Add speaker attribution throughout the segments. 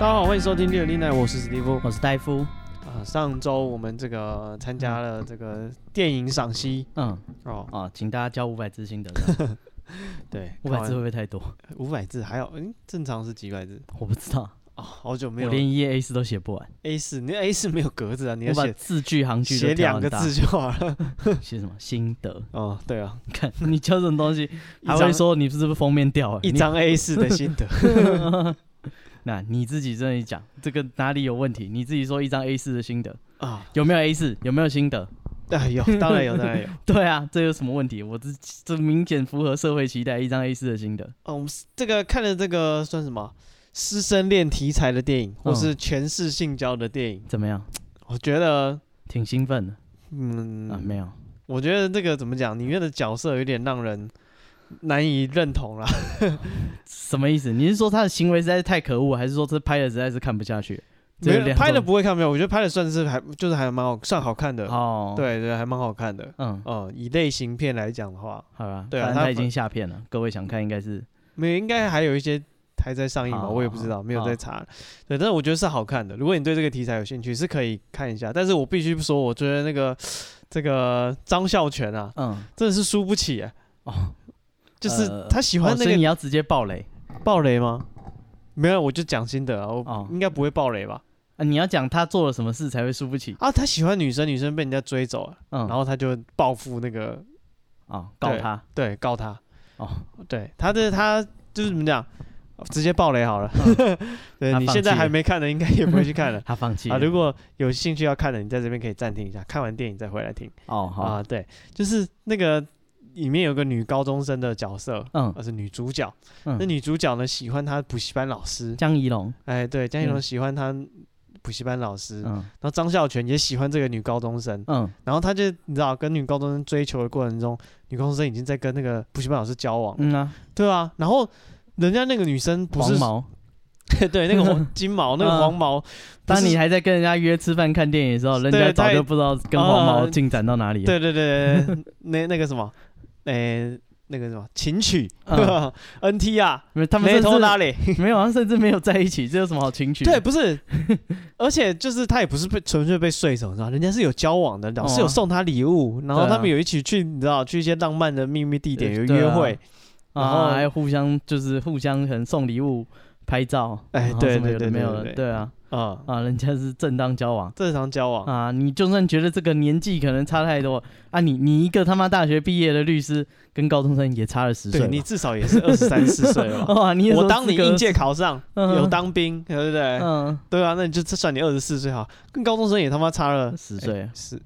Speaker 1: 大家好，欢迎收听《六零奈》，我是史蒂夫。
Speaker 2: 我是戴夫。
Speaker 1: 啊、上周我们这个参加了这个电影赏析
Speaker 2: 嗯，
Speaker 1: 哦，
Speaker 2: 哦，请大家交五百字心得这样，
Speaker 1: 对，
Speaker 2: 五百字会不会太多？
Speaker 1: 五百字，还有嗯，正常是几百字
Speaker 2: 我不知道，
Speaker 1: 哦，好久没
Speaker 2: 我
Speaker 1: 有
Speaker 2: 连一页 A 四都写不完，
Speaker 1: A 四，你 A 四没有格子啊，你要
Speaker 2: 我把
Speaker 1: 写
Speaker 2: 字句行距
Speaker 1: 写
Speaker 2: 都调
Speaker 1: 两
Speaker 2: 很
Speaker 1: 个
Speaker 2: 大
Speaker 1: 字，就好了。
Speaker 2: 写什么心得？
Speaker 1: 哦，对啊，
Speaker 2: 看你教这种 东西，
Speaker 1: 一
Speaker 2: 还会
Speaker 1: 张
Speaker 2: 说你是不是封面掉了？
Speaker 1: 一
Speaker 2: 你，
Speaker 1: 张 A 四的 心得，
Speaker 2: 那你自己这里讲这个哪里有问题？你自己说一张 A 四的心得
Speaker 1: 啊，
Speaker 2: 有没有 A 四？有没有心得？
Speaker 1: 哎有，当然有，当然有。
Speaker 2: 对啊，这有什么问题？我这这明显符合社会期待，一张 A 四的心得。
Speaker 1: 哦，我们这个看了这个算什么？师生恋题材的电影，或
Speaker 2: 嗯
Speaker 1: 是全是性交的电影，
Speaker 2: 怎么样？
Speaker 1: 我觉得，
Speaker 2: 挺兴奋的、
Speaker 1: 嗯，
Speaker 2: 啊？没有，
Speaker 1: 我觉得这个怎么讲，里面的角色有点让人难以认 同啦。
Speaker 2: 什么意思？你是说他的行为实在是太可恶，还是说这拍的实在是看不下去？这
Speaker 1: 没
Speaker 2: 有
Speaker 1: 有
Speaker 2: 两
Speaker 1: 拍的
Speaker 2: 种
Speaker 1: 不会看没有，我觉得拍的算是还就是还蛮好，算好看的。
Speaker 2: 哦，，
Speaker 1: 对对，还蛮好看的。
Speaker 2: 嗯，
Speaker 1: 嗯，以类型片来讲的话，
Speaker 2: 好吧，
Speaker 1: 对啊
Speaker 2: 反
Speaker 1: 他
Speaker 2: 正他已
Speaker 1: 本
Speaker 2: 经下片了，各位想看应该是
Speaker 1: 没有应该还有一些还在上映吧，
Speaker 2: 好
Speaker 1: 我也不知道，没有
Speaker 2: 好
Speaker 1: 在查。对，但是我觉得是好看的。如果你对这个题材有兴趣，是可以看一下。但是我必须说，我觉得那个这个张孝全啊，
Speaker 2: 嗯，
Speaker 1: 真的是输不起、啊，
Speaker 2: 哦，
Speaker 1: 就是
Speaker 2: 呃
Speaker 1: 他喜
Speaker 2: 哦
Speaker 1: 欢那
Speaker 2: 所以
Speaker 1: 个
Speaker 2: 你要直接爆雷
Speaker 1: 暴雷吗？没有，我就讲心得啊，我
Speaker 2: 哦
Speaker 1: 应该不会暴雷吧？
Speaker 2: 啊！你要讲他做了什么事才会输不起，
Speaker 1: 啊，他喜欢女生，女生被人家追走了，
Speaker 2: 嗯，
Speaker 1: 然后他就报复那个，
Speaker 2: 哦告
Speaker 1: 对
Speaker 2: 他
Speaker 1: 对，告他，
Speaker 2: 哦，
Speaker 1: 对，他的他就是怎么讲，直接爆雷好了。 对
Speaker 2: 嗯他
Speaker 1: 你
Speaker 2: 放
Speaker 1: 现在
Speaker 2: 弃
Speaker 1: 还
Speaker 2: 了
Speaker 1: 没看的，应该也不会去看
Speaker 2: 。
Speaker 1: 了
Speaker 2: 他放弃
Speaker 1: 啊，
Speaker 2: 了
Speaker 1: 如果有兴趣要看的，你在这边可以暂停一下，看完电影再回来听。
Speaker 2: 哦好，
Speaker 1: 啊，对，就是那个里面有个女高中生的角色，啊
Speaker 2: 嗯
Speaker 1: 而是女主角。那
Speaker 2: 嗯，
Speaker 1: 女主角呢，喜欢她补习班老师。
Speaker 2: 江宜龙，
Speaker 1: 哎，对，江一龙
Speaker 2: 嗯
Speaker 1: 喜欢她补习班老师，然
Speaker 2: 嗯
Speaker 1: 后张孝全也喜欢这个女高中生。
Speaker 2: 嗯，
Speaker 1: 然后他就你知道，跟女高中生追求的过程中，女高中生已经在跟那个补习班老师交往了，
Speaker 2: 嗯啊，
Speaker 1: 对啊。然后人家那个女生不
Speaker 2: 黄
Speaker 1: 是
Speaker 2: 毛，
Speaker 1: 对那个 黄金毛，那个
Speaker 2: 嗯
Speaker 1: 黄毛，不
Speaker 2: 当
Speaker 1: 是
Speaker 2: 你还在跟人家约吃饭看电影的时候，人家
Speaker 1: 对他
Speaker 2: 早
Speaker 1: 也
Speaker 2: 就不知道跟黄毛
Speaker 1: 啊
Speaker 2: 进展到哪里了，
Speaker 1: 对对对对，对那那个什么，诶、那个什么琴曲、
Speaker 2: 嗯
Speaker 1: NT 啊，
Speaker 2: 因为他们
Speaker 1: 雷
Speaker 2: 甚
Speaker 1: 头拉
Speaker 2: 至
Speaker 1: 里，
Speaker 2: 没有啊，甚至没有在一起，这有什么好情趣的？
Speaker 1: 对，不是，而且就是他也不是被纯粹被睡走，你知道，人家是有交往的，老师
Speaker 2: 哦
Speaker 1: 有
Speaker 2: 啊
Speaker 1: 送他礼物，然后
Speaker 2: 对啊
Speaker 1: 他们有一起去，你知道，去一些浪漫的秘密地点有
Speaker 2: 对
Speaker 1: 约
Speaker 2: 对啊
Speaker 1: 会，然后
Speaker 2: 啊，还互相就是互相可能送礼物、拍照，
Speaker 1: 哎
Speaker 2: 然后
Speaker 1: 对
Speaker 2: 什么
Speaker 1: 对
Speaker 2: 有的
Speaker 1: 对
Speaker 2: 没
Speaker 1: 对
Speaker 2: 有
Speaker 1: 对
Speaker 2: 的，
Speaker 1: 对
Speaker 2: 对啊，
Speaker 1: 啊、
Speaker 2: 啊，人家是正当交往
Speaker 1: 正常交往，
Speaker 2: 啊，你就算觉得这个年纪可能差太多啊，你你一个他妈大学毕业的律师跟高中生也差了十
Speaker 1: 对
Speaker 2: 岁吧，
Speaker 1: 你至少也是二十三四岁 了吧。
Speaker 2: 哇，你有什
Speaker 1: 我
Speaker 2: 么
Speaker 1: 当
Speaker 2: 资
Speaker 1: 你
Speaker 2: 格
Speaker 1: 应届考上，
Speaker 2: 嗯
Speaker 1: 有当兵，对不对？
Speaker 2: 嗯
Speaker 1: 对啊，那你就算你二十四岁好，跟高中生也他妈差了
Speaker 2: 十岁
Speaker 1: 十，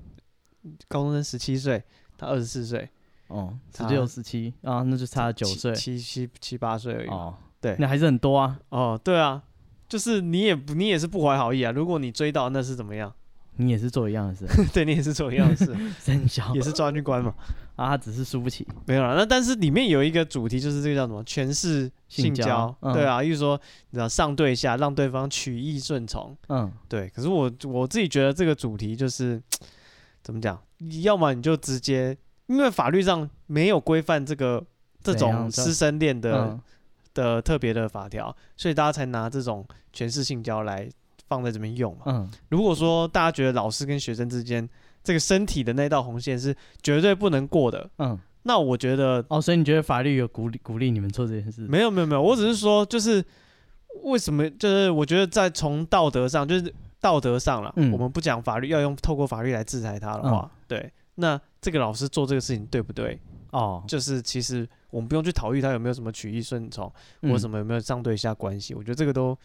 Speaker 1: 高中生十七岁，他二十四岁，
Speaker 2: 哦，十
Speaker 1: 差
Speaker 2: 六十七啊，那就差了九
Speaker 1: 七
Speaker 2: 岁
Speaker 1: 七七七八岁而已。
Speaker 2: 哦，
Speaker 1: 对
Speaker 2: 那还是很多啊，
Speaker 1: 哦，对啊，就是你也不你也是不怀好意啊。如果你追到，那是怎么样？
Speaker 2: 你也是做一样的事，
Speaker 1: 对你也是做一样的 事，
Speaker 2: 真小
Speaker 1: 也是抓去关嘛。
Speaker 2: 啊，他只是输不起，
Speaker 1: 没有啦，那但是里面有一个主题，就是这个叫什么全是性
Speaker 2: 性交
Speaker 1: 交，
Speaker 2: 嗯
Speaker 1: 对啊，又说你知道上对下，让对方取意顺从。
Speaker 2: 嗯
Speaker 1: 对，可是我我自己觉得这个主题就是怎么讲，要么你就直接，因为法律上没有规范这个这
Speaker 2: 怎
Speaker 1: 种
Speaker 2: 样这
Speaker 1: 师生恋的、
Speaker 2: 嗯
Speaker 1: 的特别的法条，所以大家才拿这种权势性交来放在这边用嘛。
Speaker 2: 嗯
Speaker 1: 如果说大家觉得老师跟学生之间这个身体的那道红线是绝对不能过的，
Speaker 2: 嗯。
Speaker 1: 那我觉得
Speaker 2: 哦，所以你觉得法律有鼓励鼓励你们做这件事？
Speaker 1: 没有没有没有，我只是说就是为什么就是我觉得在从道德上就是道德上了，
Speaker 2: 嗯
Speaker 1: 我们不讲法律，要用透过法律来制裁他的话，对，那这个老师做这个事情对不对？
Speaker 2: 哦，
Speaker 1: 就是其实我们不用去考虑他有没有什么曲意顺从，或
Speaker 2: 嗯
Speaker 1: 什么有没有上对下关系，我觉得这个都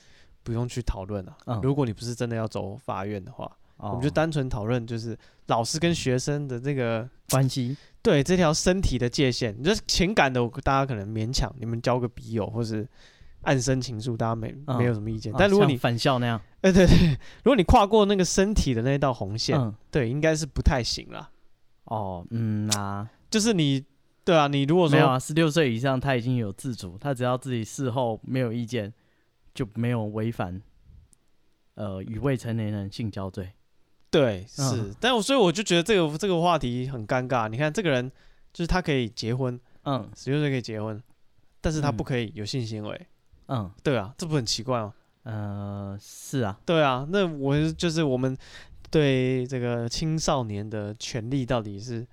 Speaker 1: 不用去讨论了。
Speaker 2: 嗯
Speaker 1: 如果你不是真的要走法院的话，
Speaker 2: 哦
Speaker 1: 我们就单纯讨论就是老师跟学生的这个
Speaker 2: 关系，
Speaker 1: 对这条身体的界限，你这情感的，我大家可能勉强你们交个笔友或是暗生情愫，大家没、
Speaker 2: 嗯
Speaker 1: 没有什么意见。
Speaker 2: 啊
Speaker 1: 但如果
Speaker 2: 像
Speaker 1: 你
Speaker 2: 返校那样，
Speaker 1: 哎、对对，如果你跨过那个身体的那道红线，
Speaker 2: 嗯，
Speaker 1: 对，应该是不太行啦。
Speaker 2: 哦，嗯啊，
Speaker 1: 就是你，对啊，你如果
Speaker 2: 没有
Speaker 1: 说
Speaker 2: 啊，十六岁以上他已经有自主，他只要自己事后没有意见，就没有违反呃与未成年人性交罪。
Speaker 1: 对是，
Speaker 2: 嗯
Speaker 1: 但我所以我就觉得这个这个话题很尴尬。你看这个人，就是他可以结婚，
Speaker 2: 嗯
Speaker 1: 十六岁可以结婚，但是他
Speaker 2: 嗯
Speaker 1: 不可以有性行为，
Speaker 2: 嗯
Speaker 1: 对啊，这不很奇怪吗？
Speaker 2: 呃，是啊，
Speaker 1: 对啊，那我就是我们对这个青少年的权利到底是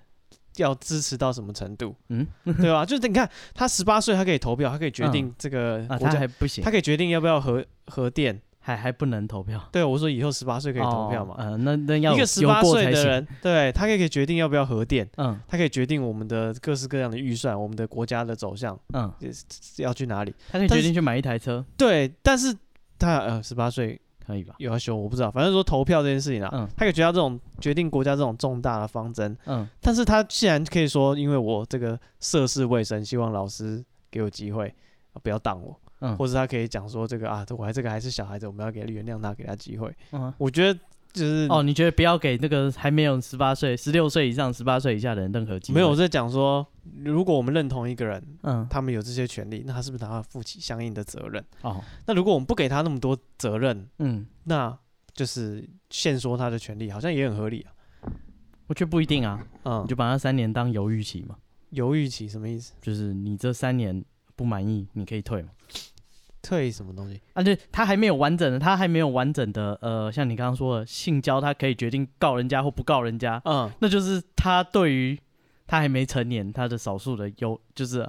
Speaker 1: 要支持到什么程 度？
Speaker 2: 嗯
Speaker 1: 对吧、就是你看他十八岁，他可以投票，他可以决定这个
Speaker 2: 啊，
Speaker 1: 国
Speaker 2: 他
Speaker 1: 家，
Speaker 2: 还不行
Speaker 1: 嗯他，可以决定要不要核核电。
Speaker 2: 还还不能投票，
Speaker 1: 对，我说以后十八岁可以投票
Speaker 2: 哦
Speaker 1: 嘛？
Speaker 2: 呃，那那要
Speaker 1: 一个
Speaker 2: 有
Speaker 1: 十八岁的，
Speaker 2: 有过才行
Speaker 1: 人，对他可以决定要不要核电，
Speaker 2: 嗯
Speaker 1: 他可以决定我们的各式各样的预算，我们的国家的走向
Speaker 2: 嗯，
Speaker 1: 要去哪里。
Speaker 2: 他可以
Speaker 1: 但是
Speaker 2: 决定去买一台车，
Speaker 1: 对，但是他呃十八岁
Speaker 2: 可以吧？
Speaker 1: 有要修，我不知道，反正说投票这件事情啊，
Speaker 2: 嗯
Speaker 1: 他可以决定这种决定国家这种重大的方针，
Speaker 2: 嗯
Speaker 1: 但是他既然可以说，因为我这个涉世未深，希望老师给我机会，啊不要挡我，
Speaker 2: 嗯，
Speaker 1: 或者他可以讲说这个啊，我还这个还是小孩子，我们要给原谅他，给他机会。
Speaker 2: 嗯
Speaker 1: 我觉得就是
Speaker 2: 哦，你觉得不要给那个还没有十八岁、十六岁以上、十八岁以下的人任何机会？
Speaker 1: 没有我，在讲说，如果我们认同一个人，
Speaker 2: 嗯，
Speaker 1: 他们有这些权利，那他是不是他要负起相应的责任？
Speaker 2: 哦，
Speaker 1: 那如果我们不给他那么多责任，
Speaker 2: 嗯，
Speaker 1: 那就是限缩他的权利，好像也很合理啊。
Speaker 2: 我觉得不一定啊，
Speaker 1: 嗯
Speaker 2: 你，就把那三年当犹豫期嘛，
Speaker 1: 犹豫期什么意思？
Speaker 2: 就是你这三年不满意，你可以退嘛。
Speaker 1: 退什么东西？
Speaker 2: 啊，对，他还没有完整的，他还没有完整的，呃，像你刚刚说的性交，他可以决定告人家或不告人家，
Speaker 1: 嗯，
Speaker 2: 那就是他对于他还没成年，他的少数的优，就是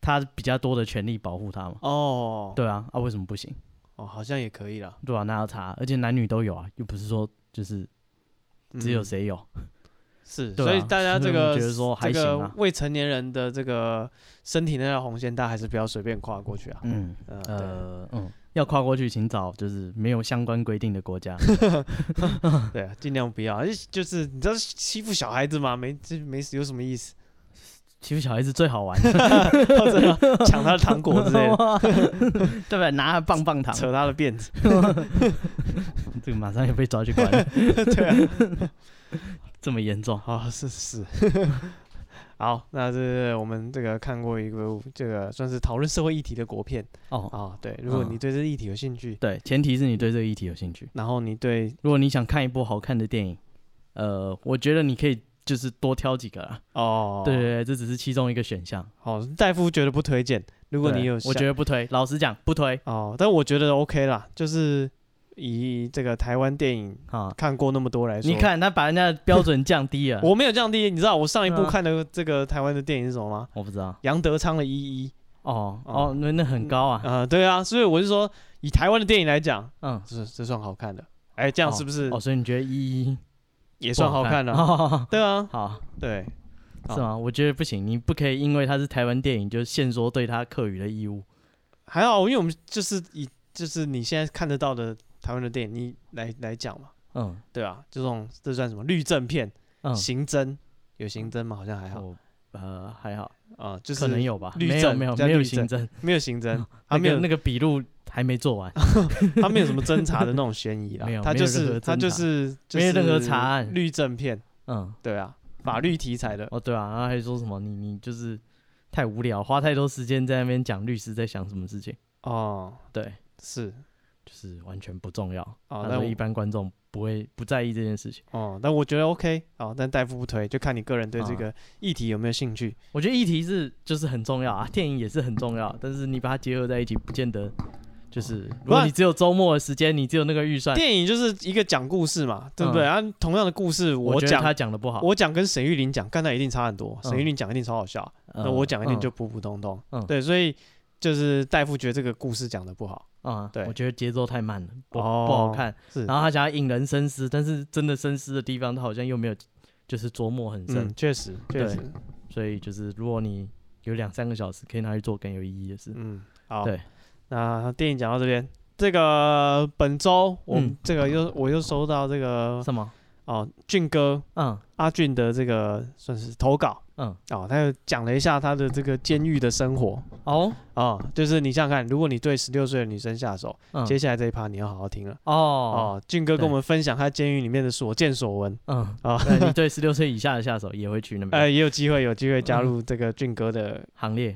Speaker 2: 他比较多的权利保护他嘛。
Speaker 1: 哦，，
Speaker 2: 对啊，啊为什么不行？
Speaker 1: 哦，好像也可以啦。
Speaker 2: 对啊，那要查，而且男女都有啊，又不是说就是只有
Speaker 1: 嗯
Speaker 2: 谁有。
Speaker 1: 是，
Speaker 2: 对啊
Speaker 1: 所以大家
Speaker 2: 所
Speaker 1: 这
Speaker 2: 以
Speaker 1: 个
Speaker 2: 我觉得说还
Speaker 1: 这个
Speaker 2: 行啊
Speaker 1: 未成年人的这个身体那条红线，大家还是不要随便跨过去啊。
Speaker 2: 嗯，
Speaker 1: 嗯，对
Speaker 2: 呃，嗯，要跨过去，请找就是没有相关规定的国 家。
Speaker 1: 对啊，尽量不要，就是你知道欺负小孩子嘛，没这没有什么意 思，
Speaker 2: 欺负小孩子最好 玩，
Speaker 1: 或者抢他的糖果之 类的，
Speaker 2: 对吧？拿棒棒糖，
Speaker 1: 扯他的辫子。
Speaker 2: 这个马上要被抓去关 了，
Speaker 1: 对啊，
Speaker 2: 这么严重。
Speaker 1: 好是是。 好，那这是我们这个看过一部这个算是讨论社会议题的国片
Speaker 2: 哦，
Speaker 1: 啊。对，如果你
Speaker 2: 嗯
Speaker 1: 对这议题有兴趣，
Speaker 2: 对，前提是你对这个议题有兴趣。
Speaker 1: 然后你对
Speaker 2: 如果你想看一部好看的电影，呃，我觉得你可以就是多挑几个啦。
Speaker 1: 哦，
Speaker 2: 对对对，这只是其中一个选项。
Speaker 1: 好，大夫觉得不推荐。如
Speaker 2: 如
Speaker 1: 果你有想，
Speaker 2: 我觉得不推，老实讲不推
Speaker 1: 哦，但我觉得 OK 啦，就是以这个台湾电影
Speaker 2: 啊。
Speaker 1: 看过那么多来说，
Speaker 2: 你，看他把人家的标准降低了，
Speaker 1: 我没有这样低，你知道我上一部
Speaker 2: 嗯啊
Speaker 1: 看的这个台湾的电影是什么吗？
Speaker 2: 我不知道。
Speaker 1: 杨德昌的《一一
Speaker 2: 哦
Speaker 1: 哦
Speaker 2: 哦，那那很高》啊。
Speaker 1: 啊，对啊，所以我是说，以台湾的电影来讲，
Speaker 2: 嗯，
Speaker 1: 这这算好看的，哎，这样是不是
Speaker 2: 哦，所以你觉得一一
Speaker 1: 也算好看了？
Speaker 2: 了？
Speaker 1: 对啊，
Speaker 2: 好，
Speaker 1: 对，
Speaker 2: 是吗？我觉得不行，你不可以因为它是台湾电影就限缩对它课余的义务。
Speaker 1: 还好，因为我们就是以就是你现在看得到的台湾的电影，你来来讲嘛，
Speaker 2: 嗯
Speaker 1: 对啊，这种这算什么律政片？
Speaker 2: 嗯，
Speaker 1: 刑侦有刑侦吗？好像还好
Speaker 2: 我呃还好，
Speaker 1: 啊，就是
Speaker 2: 可能有吧，
Speaker 1: 律
Speaker 2: 没有
Speaker 1: 政
Speaker 2: 没有
Speaker 1: 加
Speaker 2: 没有
Speaker 1: 律
Speaker 2: 刑侦，
Speaker 1: 没有刑 侦，他
Speaker 2: 那
Speaker 1: 啊没有
Speaker 2: 个那个笔录还没做 完。
Speaker 1: 他没有什么侦查的那种嫌疑啦
Speaker 2: 没有，
Speaker 1: 他
Speaker 2: 没
Speaker 1: 就
Speaker 2: 有任
Speaker 1: 是
Speaker 2: 何
Speaker 1: 他
Speaker 2: 侦
Speaker 1: 就
Speaker 2: 查
Speaker 1: 是就
Speaker 2: 没有任何
Speaker 1: 是
Speaker 2: 查案
Speaker 1: 律政片，
Speaker 2: 嗯，
Speaker 1: 对啊，法律题材的，
Speaker 2: 哦对啊，然后还说什么你你就是太无聊，花太多时间在那边讲律师在想什么事情，
Speaker 1: 哦，
Speaker 2: 对，
Speaker 1: 是
Speaker 2: 就是完全不重要。
Speaker 1: 哦
Speaker 2: 他
Speaker 1: 那
Speaker 2: 说
Speaker 1: 我
Speaker 2: 一般观众不会不在意这件事情。
Speaker 1: 哦，但我觉得 OK 哦，但大夫不推，就看你个人对这
Speaker 2: 啊
Speaker 1: 个议题有没有兴趣，
Speaker 2: 我觉得议题是就是很重要啊，电影也是很重要，但是你把它结合在一起，不见得就是。如果
Speaker 1: 然
Speaker 2: 你只有周末的时间，你只有那个预算，
Speaker 1: 电影就是一个讲故事嘛，对不对？啊，同样的故事
Speaker 2: 嗯我觉得
Speaker 1: 讲
Speaker 2: 他讲的不好。
Speaker 1: 我讲跟沈玉琳讲，刚才一定差很多，沈玉
Speaker 2: 嗯
Speaker 1: 琳讲一定超好笑，那
Speaker 2: 呃
Speaker 1: 我讲一定就普普通通
Speaker 2: 嗯，
Speaker 1: 对，所以就是大夫觉得这个故事讲的不好，
Speaker 2: 嗯啊，
Speaker 1: 对
Speaker 2: 我觉得节奏太慢了，不、
Speaker 1: 哦
Speaker 2: 不好看。
Speaker 1: 是
Speaker 2: 然，后他想要引人深思，但是真的深思的地方，他好像又没有就是琢磨很深，
Speaker 1: 嗯，确实确
Speaker 2: 对
Speaker 1: 实，
Speaker 2: 所以就是如果你有两三个小时可以拿去做更有意义的事。
Speaker 1: 嗯，好，
Speaker 2: 对，
Speaker 1: 那电影讲到这边，这个本周我们
Speaker 2: 嗯
Speaker 1: 这个又我又收到这个
Speaker 2: 什么？
Speaker 1: 哦俊哥
Speaker 2: 嗯
Speaker 1: 阿俊的这个算是投稿
Speaker 2: 嗯，
Speaker 1: 哦，他又讲了一下他的这个监狱的生活
Speaker 2: 哦，
Speaker 1: 啊、哦，就是你想想看，如果你对十六岁的女生下手，
Speaker 2: 嗯
Speaker 1: 接下来这一趴你要好好听了。
Speaker 2: 哦，
Speaker 1: 哦，俊哥跟
Speaker 2: 对
Speaker 1: 我们分享他监狱里面的所见所闻
Speaker 2: 嗯，
Speaker 1: 啊，
Speaker 2: 对你对十六岁以下的下手也会去那
Speaker 1: 呃，
Speaker 2: 边
Speaker 1: 也有机会有
Speaker 2: 嗯
Speaker 1: 机会加入这个俊哥的，
Speaker 2: 行列，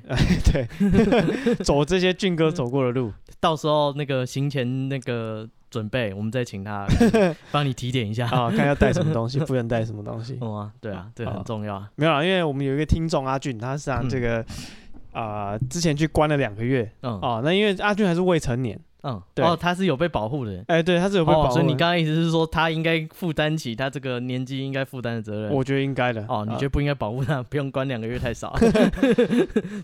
Speaker 1: 对，走这些俊哥走过的路。
Speaker 2: 到时候那个行前那个准备，我们再请 他帮你提点一下。
Speaker 1: 啊， 看要带什么东西，不能带什么东西。
Speaker 2: 嗯啊，对啊，这
Speaker 1: 好
Speaker 2: 很重要啊。
Speaker 1: 没有啦，因为我们有一个听众阿俊，他实际上这个啊、之前去关了两个月
Speaker 2: 嗯
Speaker 1: 哦，那因为阿俊还是未成年，
Speaker 2: 嗯，
Speaker 1: 对
Speaker 2: 哦，他是有被保护的。
Speaker 1: 哎，对，他是有被保护
Speaker 2: 哦，
Speaker 1: 的、
Speaker 2: 所以你刚刚意思是说，他应该负担起他这个年纪应该负担的责任。
Speaker 1: 我觉得应该的
Speaker 2: 哦，你
Speaker 1: 啊
Speaker 2: 觉得不应该保护他，不用关两个月 太少，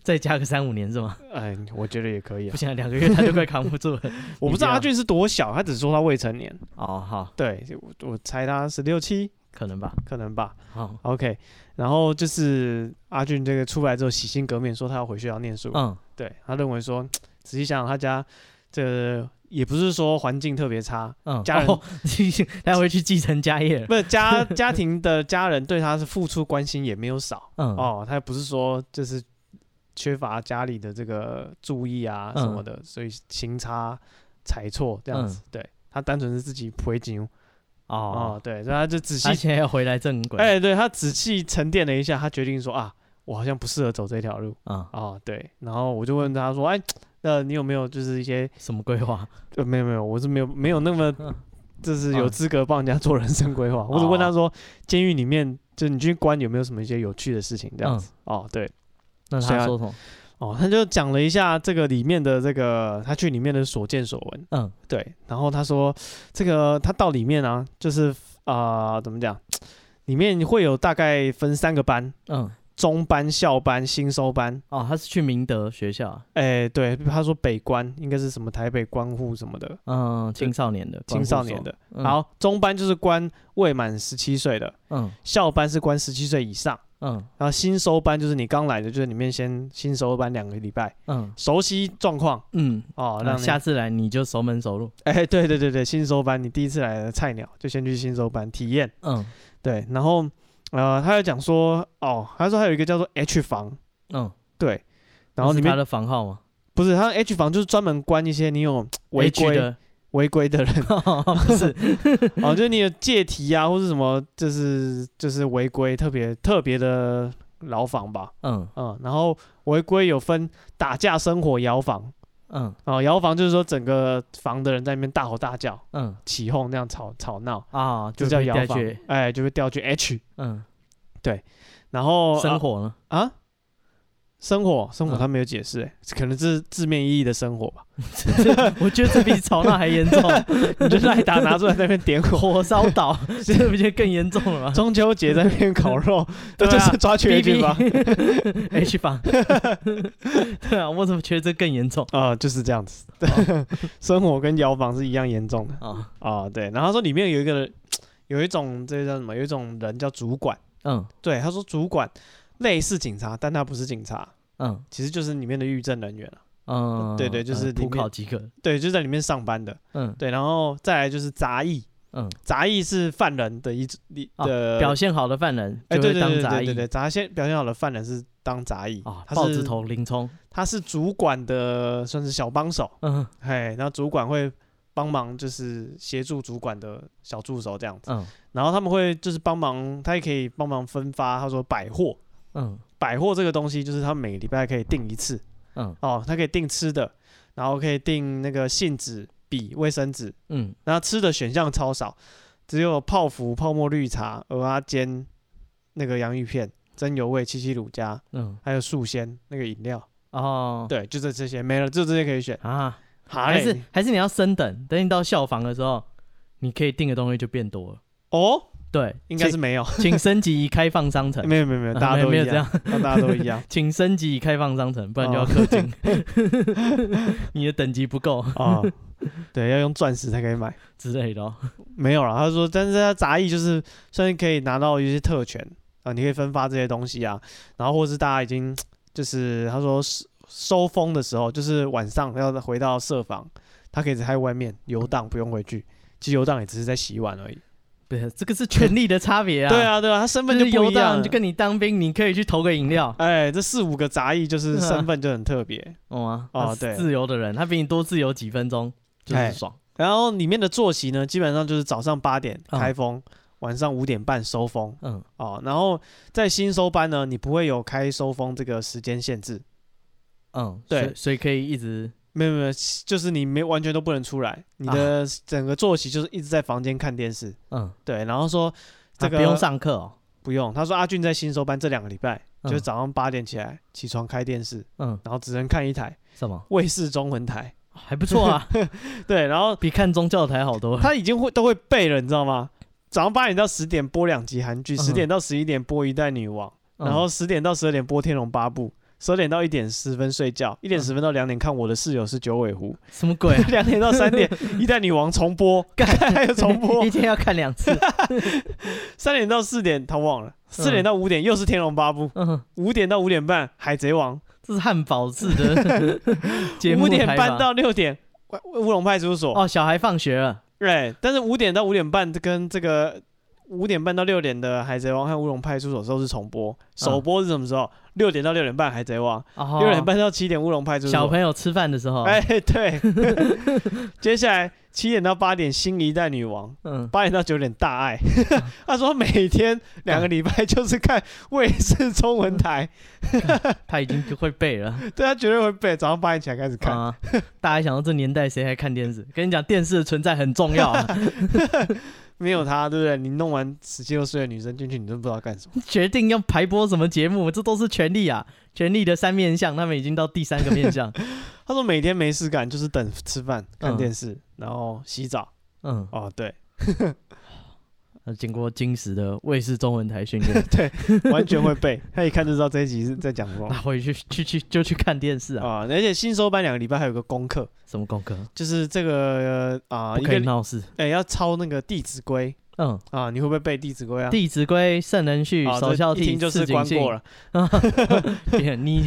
Speaker 2: 再加个三五年是吗？
Speaker 1: 哎，我觉得也可以
Speaker 2: 不
Speaker 1: 啊。
Speaker 2: 行啊，两个月他就快扛不住了。
Speaker 1: 我不知道
Speaker 2: 你这样
Speaker 1: 阿俊是多小，他只说他未成年，
Speaker 2: 哦，好，
Speaker 1: 对我我猜他十六七
Speaker 2: 可能吧。
Speaker 1: 可能吧。
Speaker 2: 好，
Speaker 1: OK，然后就是阿俊这个出来之后洗心革面，说他要回学校念书。
Speaker 2: 嗯
Speaker 1: 对他认为说，仔细想想他家这也不是说环境特别差，
Speaker 2: 嗯，
Speaker 1: 家人
Speaker 2: 哦 他回去继承家业了。
Speaker 1: 不是 家家庭的家人对他是付出关心也没有少、
Speaker 2: 嗯，
Speaker 1: 哦，他不是说就是缺乏家里的这个注意啊什
Speaker 2: 嗯
Speaker 1: 么的，所以行差踩错这样子，对他单纯是自己回警哦
Speaker 2: 哦，
Speaker 1: 对，所以他就仔细
Speaker 2: 他现在要回来正轨。
Speaker 1: 哎、对他仔细沉淀了一下，他决定说啊，我好像不适合走这条路
Speaker 2: 啊，
Speaker 1: 哦，对，然后我就问他说，哎，那你有没有就是一些
Speaker 2: 什么规划？
Speaker 1: 呃，没有没有，我是没有没有那 么
Speaker 2: 嗯，
Speaker 1: 就是有
Speaker 2: 嗯
Speaker 1: 资格帮人家做人生规划。我只问他
Speaker 2: 哦
Speaker 1: 说，监狱里面就你去关有没有什么一些有趣的事情这样子？
Speaker 2: 嗯
Speaker 1: 哦，对，
Speaker 2: 那
Speaker 1: 谁
Speaker 2: 他
Speaker 1: 啊
Speaker 2: 说什么？
Speaker 1: 哦，他就讲了一下这个里面的这个他去里面的所见所闻，
Speaker 2: 嗯
Speaker 1: 对，然后他说这个他到里面啊，就是啊、呃怎么讲，里面会有大概分三个班，
Speaker 2: 嗯，
Speaker 1: 中班、校班、新收班。
Speaker 2: 哦，他是去明德学校啊，
Speaker 1: 哎，对，他说北关应该是什么台北关护什么的，
Speaker 2: 嗯，青少年的，
Speaker 1: 青少年的。
Speaker 2: 管护所。
Speaker 1: 然后中班就是关未满十七岁的，
Speaker 2: 嗯，
Speaker 1: 校班是关十七岁以上，
Speaker 2: 嗯
Speaker 1: 然后新收班就是你刚来的，就是里面先新收班两个礼拜，
Speaker 2: 嗯
Speaker 1: 熟悉状况
Speaker 2: 嗯
Speaker 1: 哦，
Speaker 2: 嗯，
Speaker 1: 让
Speaker 2: 那
Speaker 1: 你
Speaker 2: 下次来你就熟门熟路。
Speaker 1: 哎，对对对对，新收班你第一次来的菜鸟就先去新收班体验，
Speaker 2: 嗯
Speaker 1: 对，然后呃，他有讲说哦，他说还有一个叫做 H 房，
Speaker 2: 嗯，
Speaker 1: 对，然后里
Speaker 2: 那是他
Speaker 1: 面
Speaker 2: 的房号吗
Speaker 1: 不是他 H 房就是专门关一些你有违
Speaker 2: H
Speaker 1: 规
Speaker 2: 的，
Speaker 1: 违规的人
Speaker 2: 不是，
Speaker 1: 哦，就是你有借题啊或是什么，就是就是违规特别特别的牢房吧，
Speaker 2: 嗯
Speaker 1: 嗯，然后违规有分打架、生火、摇房
Speaker 2: 嗯
Speaker 1: 啊，摇房就是说整个房的人在那边大吼大叫、
Speaker 2: 嗯
Speaker 1: 起哄那样吵吵闹，
Speaker 2: 啊，
Speaker 1: 就
Speaker 2: 就
Speaker 1: 叫
Speaker 2: 被
Speaker 1: 摇
Speaker 2: 带
Speaker 1: 房
Speaker 2: 去，，
Speaker 1: 哎，就会调去 H，
Speaker 2: 嗯，
Speaker 1: 然后
Speaker 2: 生活呢？
Speaker 1: 啊啊生火，生火
Speaker 2: 嗯
Speaker 1: 他没有解释、哎可能是字面意义的生火吧，
Speaker 2: 我觉得这比吵闹还严 重，
Speaker 1: 你就赖打拿出来在那边点火，
Speaker 2: 火烧 岛，这不就更严重 了吗？
Speaker 1: 中秋节在那边烤 肉，这
Speaker 2: 对啊
Speaker 1: 就是抓去 H 吧，
Speaker 2: H 房，对啊，我怎么觉得这更严重
Speaker 1: 啊、就是这样子，
Speaker 2: 哦
Speaker 1: 生火跟摇房是一样严重的
Speaker 2: 啊？
Speaker 1: 啊、对，然后他说里面有一个人，有一种这个叫什么，有一种人叫主管。
Speaker 2: 嗯
Speaker 1: 对，他说主管类似警察，但他不是警察，
Speaker 2: 嗯
Speaker 1: 其实就是里面的预政人员了、
Speaker 2: 嗯，
Speaker 1: 对对就是
Speaker 2: 呃
Speaker 1: 里面
Speaker 2: 普考及格，
Speaker 1: 对，就在里面上班的。
Speaker 2: 嗯
Speaker 1: 对，然后再来就是杂役，
Speaker 2: 嗯，
Speaker 1: 杂役是犯人的一一
Speaker 2: 哦
Speaker 1: 的、
Speaker 2: 表现好的犯人
Speaker 1: 哎，
Speaker 2: 就
Speaker 1: 对
Speaker 2: 会
Speaker 1: 对
Speaker 2: 当
Speaker 1: 对
Speaker 2: 杂
Speaker 1: 对对
Speaker 2: 役
Speaker 1: 对，杂些表现好的犯人是当杂役
Speaker 2: 啊，
Speaker 1: 他
Speaker 2: 豹
Speaker 1: 是
Speaker 2: 子头 林冲，
Speaker 1: 他是主管的算是小帮手，
Speaker 2: 嗯
Speaker 1: 嘿，然后主管会帮忙就是协助主管的小助手这样子，
Speaker 2: 嗯
Speaker 1: 然后他们会就是帮忙，他也可以帮忙分发，他说百货。
Speaker 2: 嗯
Speaker 1: 百货这个东西，就是他每个礼拜可以订一次，
Speaker 2: 嗯
Speaker 1: 哦，它可以订吃的，然后可以订那个信纸、笔、卫生纸，
Speaker 2: 嗯
Speaker 1: 然后吃的选项超少，只有泡芙、泡沫绿茶、鹅啊煎、那个洋芋片、蒸油味、七七乳加，
Speaker 2: 嗯
Speaker 1: 还有素鲜那个饮料，
Speaker 2: 哦，
Speaker 1: 对，哎就这这些没了，就这些可以选。
Speaker 2: 啊，
Speaker 1: 还
Speaker 2: 还是还是你要升等，等你到校房的时候，你可以订的东西就变多了。
Speaker 1: 哦，
Speaker 2: 对，
Speaker 1: 应该是没有，
Speaker 2: 请请升级以开 放商城，
Speaker 1: 没有没有没有，大家都
Speaker 2: 啊没
Speaker 1: 一
Speaker 2: 有这
Speaker 1: 样哦
Speaker 2: 样，
Speaker 1: 啊大家都一 样
Speaker 2: 请升级以开放商城，不然就要氪金， 你的等级不够
Speaker 1: 啊，哦对，要用钻石才可以买。
Speaker 2: 之类的、哦。
Speaker 1: 没有啦，他说，但是他杂役就是算是可以拿到一些特权啊，你可以分发这些东西啊，然后或是大家已经就是他说收收风的时候，就是晚上要回到社房，他可以在外面游荡，不用回去。其实游荡也只是在洗碗而已。
Speaker 2: 对啊，这个是权力的差别啊。
Speaker 1: 对，啊，对啊，他身份
Speaker 2: 就
Speaker 1: 就是不
Speaker 2: 游
Speaker 1: 一样
Speaker 2: 荡，
Speaker 1: 了，
Speaker 2: 就跟你当兵，你可以去投个饮料，
Speaker 1: 哎，这四五个杂役就是
Speaker 2: 嗯啊
Speaker 1: 身份就很特别。
Speaker 2: 懂吗？
Speaker 1: 哦
Speaker 2: 啊他是
Speaker 1: 对
Speaker 2: 自由的人，他比你多自由几分钟，就
Speaker 1: 哎
Speaker 2: 是爽。
Speaker 1: 然后里面的作息呢，基本上就是早上八点
Speaker 2: 嗯
Speaker 1: 开封，晚上五点半收封
Speaker 2: 嗯，
Speaker 1: 哦。然后在新收班呢，你不会有开收封这个时间限制，
Speaker 2: 嗯，
Speaker 1: 对
Speaker 2: 所以，所以可以一直
Speaker 1: 没有没有，就是你没完全都不能出来，你
Speaker 2: 啊
Speaker 1: 的整个作息就是一直在房间看电视。
Speaker 2: 嗯，
Speaker 1: 对，然后说这
Speaker 2: 啊
Speaker 1: 个、
Speaker 2: 不用上课哦，
Speaker 1: 不用，他说阿俊在新收班这两个礼拜，
Speaker 2: 嗯
Speaker 1: 就是早上八点起来起床开电视，
Speaker 2: 嗯，
Speaker 1: 然后只能看一台
Speaker 2: 什么
Speaker 1: 卫视中文台。
Speaker 2: 还不错啊，
Speaker 1: 对，然后
Speaker 2: 比看宗教台好多 了。
Speaker 1: 他已经会都会背了，你知道吗？早上八点到十点播两集韩剧，
Speaker 2: 嗯
Speaker 1: 十点到十一点播《一代女王》，然后十点到十二点播《天龙八部》。十二点到一点十分睡觉，一点十分到两点看《我的室友是九尾狐
Speaker 2: 嗯什么鬼啊》
Speaker 1: ，两点到三 点《一代女王》重播，还有重播
Speaker 2: 一，天要看两次。
Speaker 1: 三点到四点他忘了，四点到五点又是《天龙八部》，
Speaker 2: 嗯，
Speaker 1: 五点到五点半《海贼王
Speaker 2: 这是汉堡式 的节》，目
Speaker 1: 五点
Speaker 2: 排
Speaker 1: 半
Speaker 2: 法
Speaker 1: 到六点《乌乌龙派出所》
Speaker 2: 哦，小孩放学了，
Speaker 1: 对，但是五点到五点半跟这个五点半到六点的《海贼王》和《乌龙派出所》都是重播，首播是什么时候？六点到六点半《海贼王》，
Speaker 2: 嗯哦，
Speaker 1: 六点半到七点《乌龙派出所
Speaker 2: 小》。朋友吃饭的时候，
Speaker 1: 哎，对， 接下来七点到八点《新一代女王》，
Speaker 2: 嗯，
Speaker 1: 八点到九点《大爱》。 他说每天两个礼拜就是看卫视中文台，
Speaker 2: 他已经会背了。
Speaker 1: 对他绝对会背。早上八点起来开始 看，
Speaker 2: 啊，大家想到这年代谁还看电视？跟你讲，电视的存在很重要、啊，
Speaker 1: 没有他，对不对？你弄完十七六岁的女生进去，你都不知道干什么。
Speaker 2: 决定要排播什么节目，这都是权力啊，权力的三面相，他们已经到第三个面相。
Speaker 1: 他说每天没事干就是等吃饭、看电视，然后洗澡。
Speaker 2: 嗯，
Speaker 1: 哦，对，
Speaker 2: 呃经过金石的卫视中文台训练，
Speaker 1: 完全会背，他一看就知道这一集是在讲什么
Speaker 2: 那回去去去就去看电视啊，
Speaker 1: 啊、而且新收班两个礼拜还有个功课，
Speaker 2: 什么功课
Speaker 1: 就是这个呃啊、
Speaker 2: 不
Speaker 1: 一
Speaker 2: 可
Speaker 1: 个
Speaker 2: 以
Speaker 1: 礼
Speaker 2: 闹事。
Speaker 1: 哎、要抄那个《弟子规》
Speaker 2: 嗯，
Speaker 1: 啊，你会不会背《弟子规》啊？
Speaker 2: 《弟子规》《圣人序》
Speaker 1: 啊，
Speaker 2: 《首孝
Speaker 1: 这一
Speaker 2: 悌
Speaker 1: 听》就
Speaker 2: 《
Speaker 1: 是
Speaker 2: 四
Speaker 1: 关
Speaker 2: 谨信
Speaker 1: 过》了，
Speaker 2: 别。 你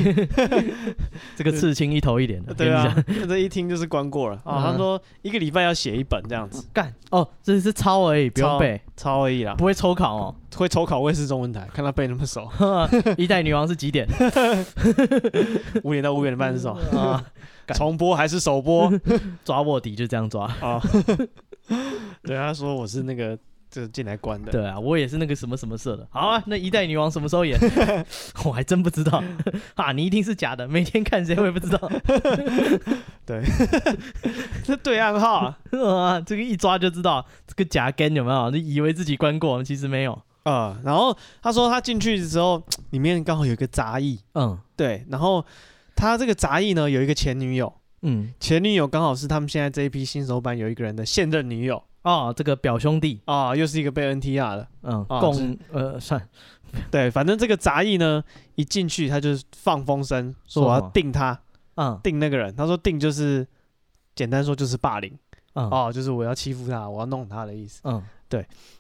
Speaker 2: 这个刺青一头一脸的，
Speaker 1: 对
Speaker 2: 跟你
Speaker 1: 啊
Speaker 2: 讲，
Speaker 1: 这一听就是关过了啊。他
Speaker 2: 嗯
Speaker 1: 说一个礼拜要写一本这样子，
Speaker 2: 干哦，这是抄而已，不用
Speaker 1: 抄
Speaker 2: 背，
Speaker 1: 抄而已啦，
Speaker 2: 不会抽考哦。
Speaker 1: 会抽考卫视中文台，看他背那么熟，
Speaker 2: 一代女王是几点？
Speaker 1: 五点到五点半是什么？
Speaker 2: 啊，干
Speaker 1: 重播还是首播？
Speaker 2: 抓卧底就这样抓。
Speaker 1: 啊，对，他说我是那个就是进来关的，
Speaker 2: 对啊，我也是那个什么什么社的。好啊，那一代女王什么时候 演？我还真不知道。 啊，你一定是假的，每天看谁会不知道？
Speaker 1: 这 对暗号啊，
Speaker 2: 啊，这个一抓就知道，这个假根有没有？你以为自己关过，其实没有。
Speaker 1: 啊然后他说他进去的时候，里面刚好有一个杂役，
Speaker 2: 嗯
Speaker 1: 对，然后他这个杂役呢有一个前女友，
Speaker 2: 嗯，
Speaker 1: 前女友刚好是他们现在这一批新手版有一个人的现任女友
Speaker 2: 哦，这个表兄弟，
Speaker 1: 啊，又是一个被 NTR 的，
Speaker 2: 嗯，
Speaker 1: 啊
Speaker 2: 共呃算
Speaker 1: 对，反正这个杂役呢一进去他就放风声说我
Speaker 2: 说什
Speaker 1: 要
Speaker 2: 么
Speaker 1: 定他，
Speaker 2: 嗯
Speaker 1: 定那个人，他说定就是简单说就是霸凌
Speaker 2: 嗯
Speaker 1: 哦，就是我要欺负他，我要弄他的意思。
Speaker 2: 嗯，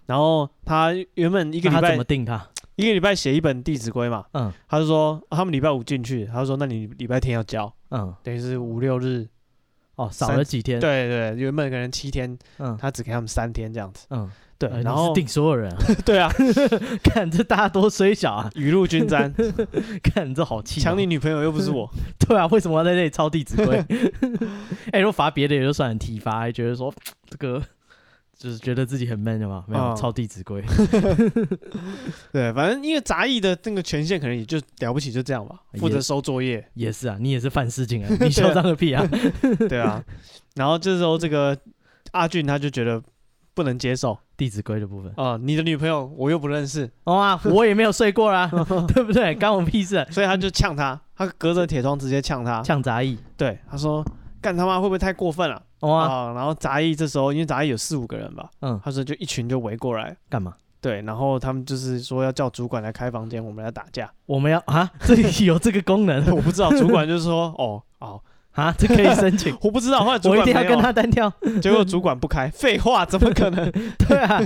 Speaker 1: 然后他原本一
Speaker 2: 一
Speaker 1: 个礼
Speaker 2: 他
Speaker 1: 拜
Speaker 2: 怎么定他？
Speaker 1: 一个礼拜写一本《弟子规》嘛，
Speaker 2: 嗯
Speaker 1: 他就说、啊他们礼拜五进去，他就说那你礼拜天要交，
Speaker 2: 嗯，
Speaker 1: 等于是五六日，
Speaker 2: 哦，少了几天。，
Speaker 1: 对对，原本可能七天，
Speaker 2: 嗯
Speaker 1: 他只给他们三天这样子，
Speaker 2: 嗯，
Speaker 1: 对，
Speaker 2: 呃
Speaker 1: 然
Speaker 2: 你
Speaker 1: 后
Speaker 2: 是定所有人啊，
Speaker 1: 对啊，
Speaker 2: 看这大家多虽小啊，
Speaker 1: 雨露均 沾，
Speaker 2: 看这好气哦。
Speaker 1: 抢你女朋友又不是 我，
Speaker 2: 对啊，为什么要在这里抄《弟子规》？哎，如果罚别的也就算了，体罚还觉得说这个就是觉得自己很 man 的嘛，没
Speaker 1: 哦
Speaker 2: 有抄《弟子规》
Speaker 1: 对，反正因为杂役的那个权限可能也就了不起就这样吧，
Speaker 2: 哎也
Speaker 1: 负责收作 业，
Speaker 2: 也是啊，你也是犯事情啊， 你嚣张个屁啊！
Speaker 1: 对啊，然后这时候这个阿俊他就觉得不能接受
Speaker 2: 弟子规》的部分，
Speaker 1: 啊、你的女朋友我又不认识，
Speaker 2: 哦啊，我也没有睡过啊， 对不对？干我屁事、啊！
Speaker 1: 所以他就呛他，他隔着铁窗直接呛他，
Speaker 2: 呛杂役，
Speaker 1: 对，他说干他妈会不会太过分了
Speaker 2: 哦啊，
Speaker 1: 啊？然后杂役这时候因为杂役有四五个人吧，
Speaker 2: 嗯，
Speaker 1: 他说就一群就围过来，
Speaker 2: 干嘛？
Speaker 1: 对，然后他们就是说要叫主管来开房间，我们来打架。
Speaker 2: 我们要啊，这里有这个功能
Speaker 1: 我不知道，主管就说哦哦，，
Speaker 2: 啊，这可以申请
Speaker 1: 我不知道。后 来主
Speaker 2: 我
Speaker 1: 管
Speaker 2: 一定要
Speaker 1: 没有啊
Speaker 2: 跟他单挑。
Speaker 1: 结果主管不开，废话，怎么可 能？
Speaker 2: 对啊，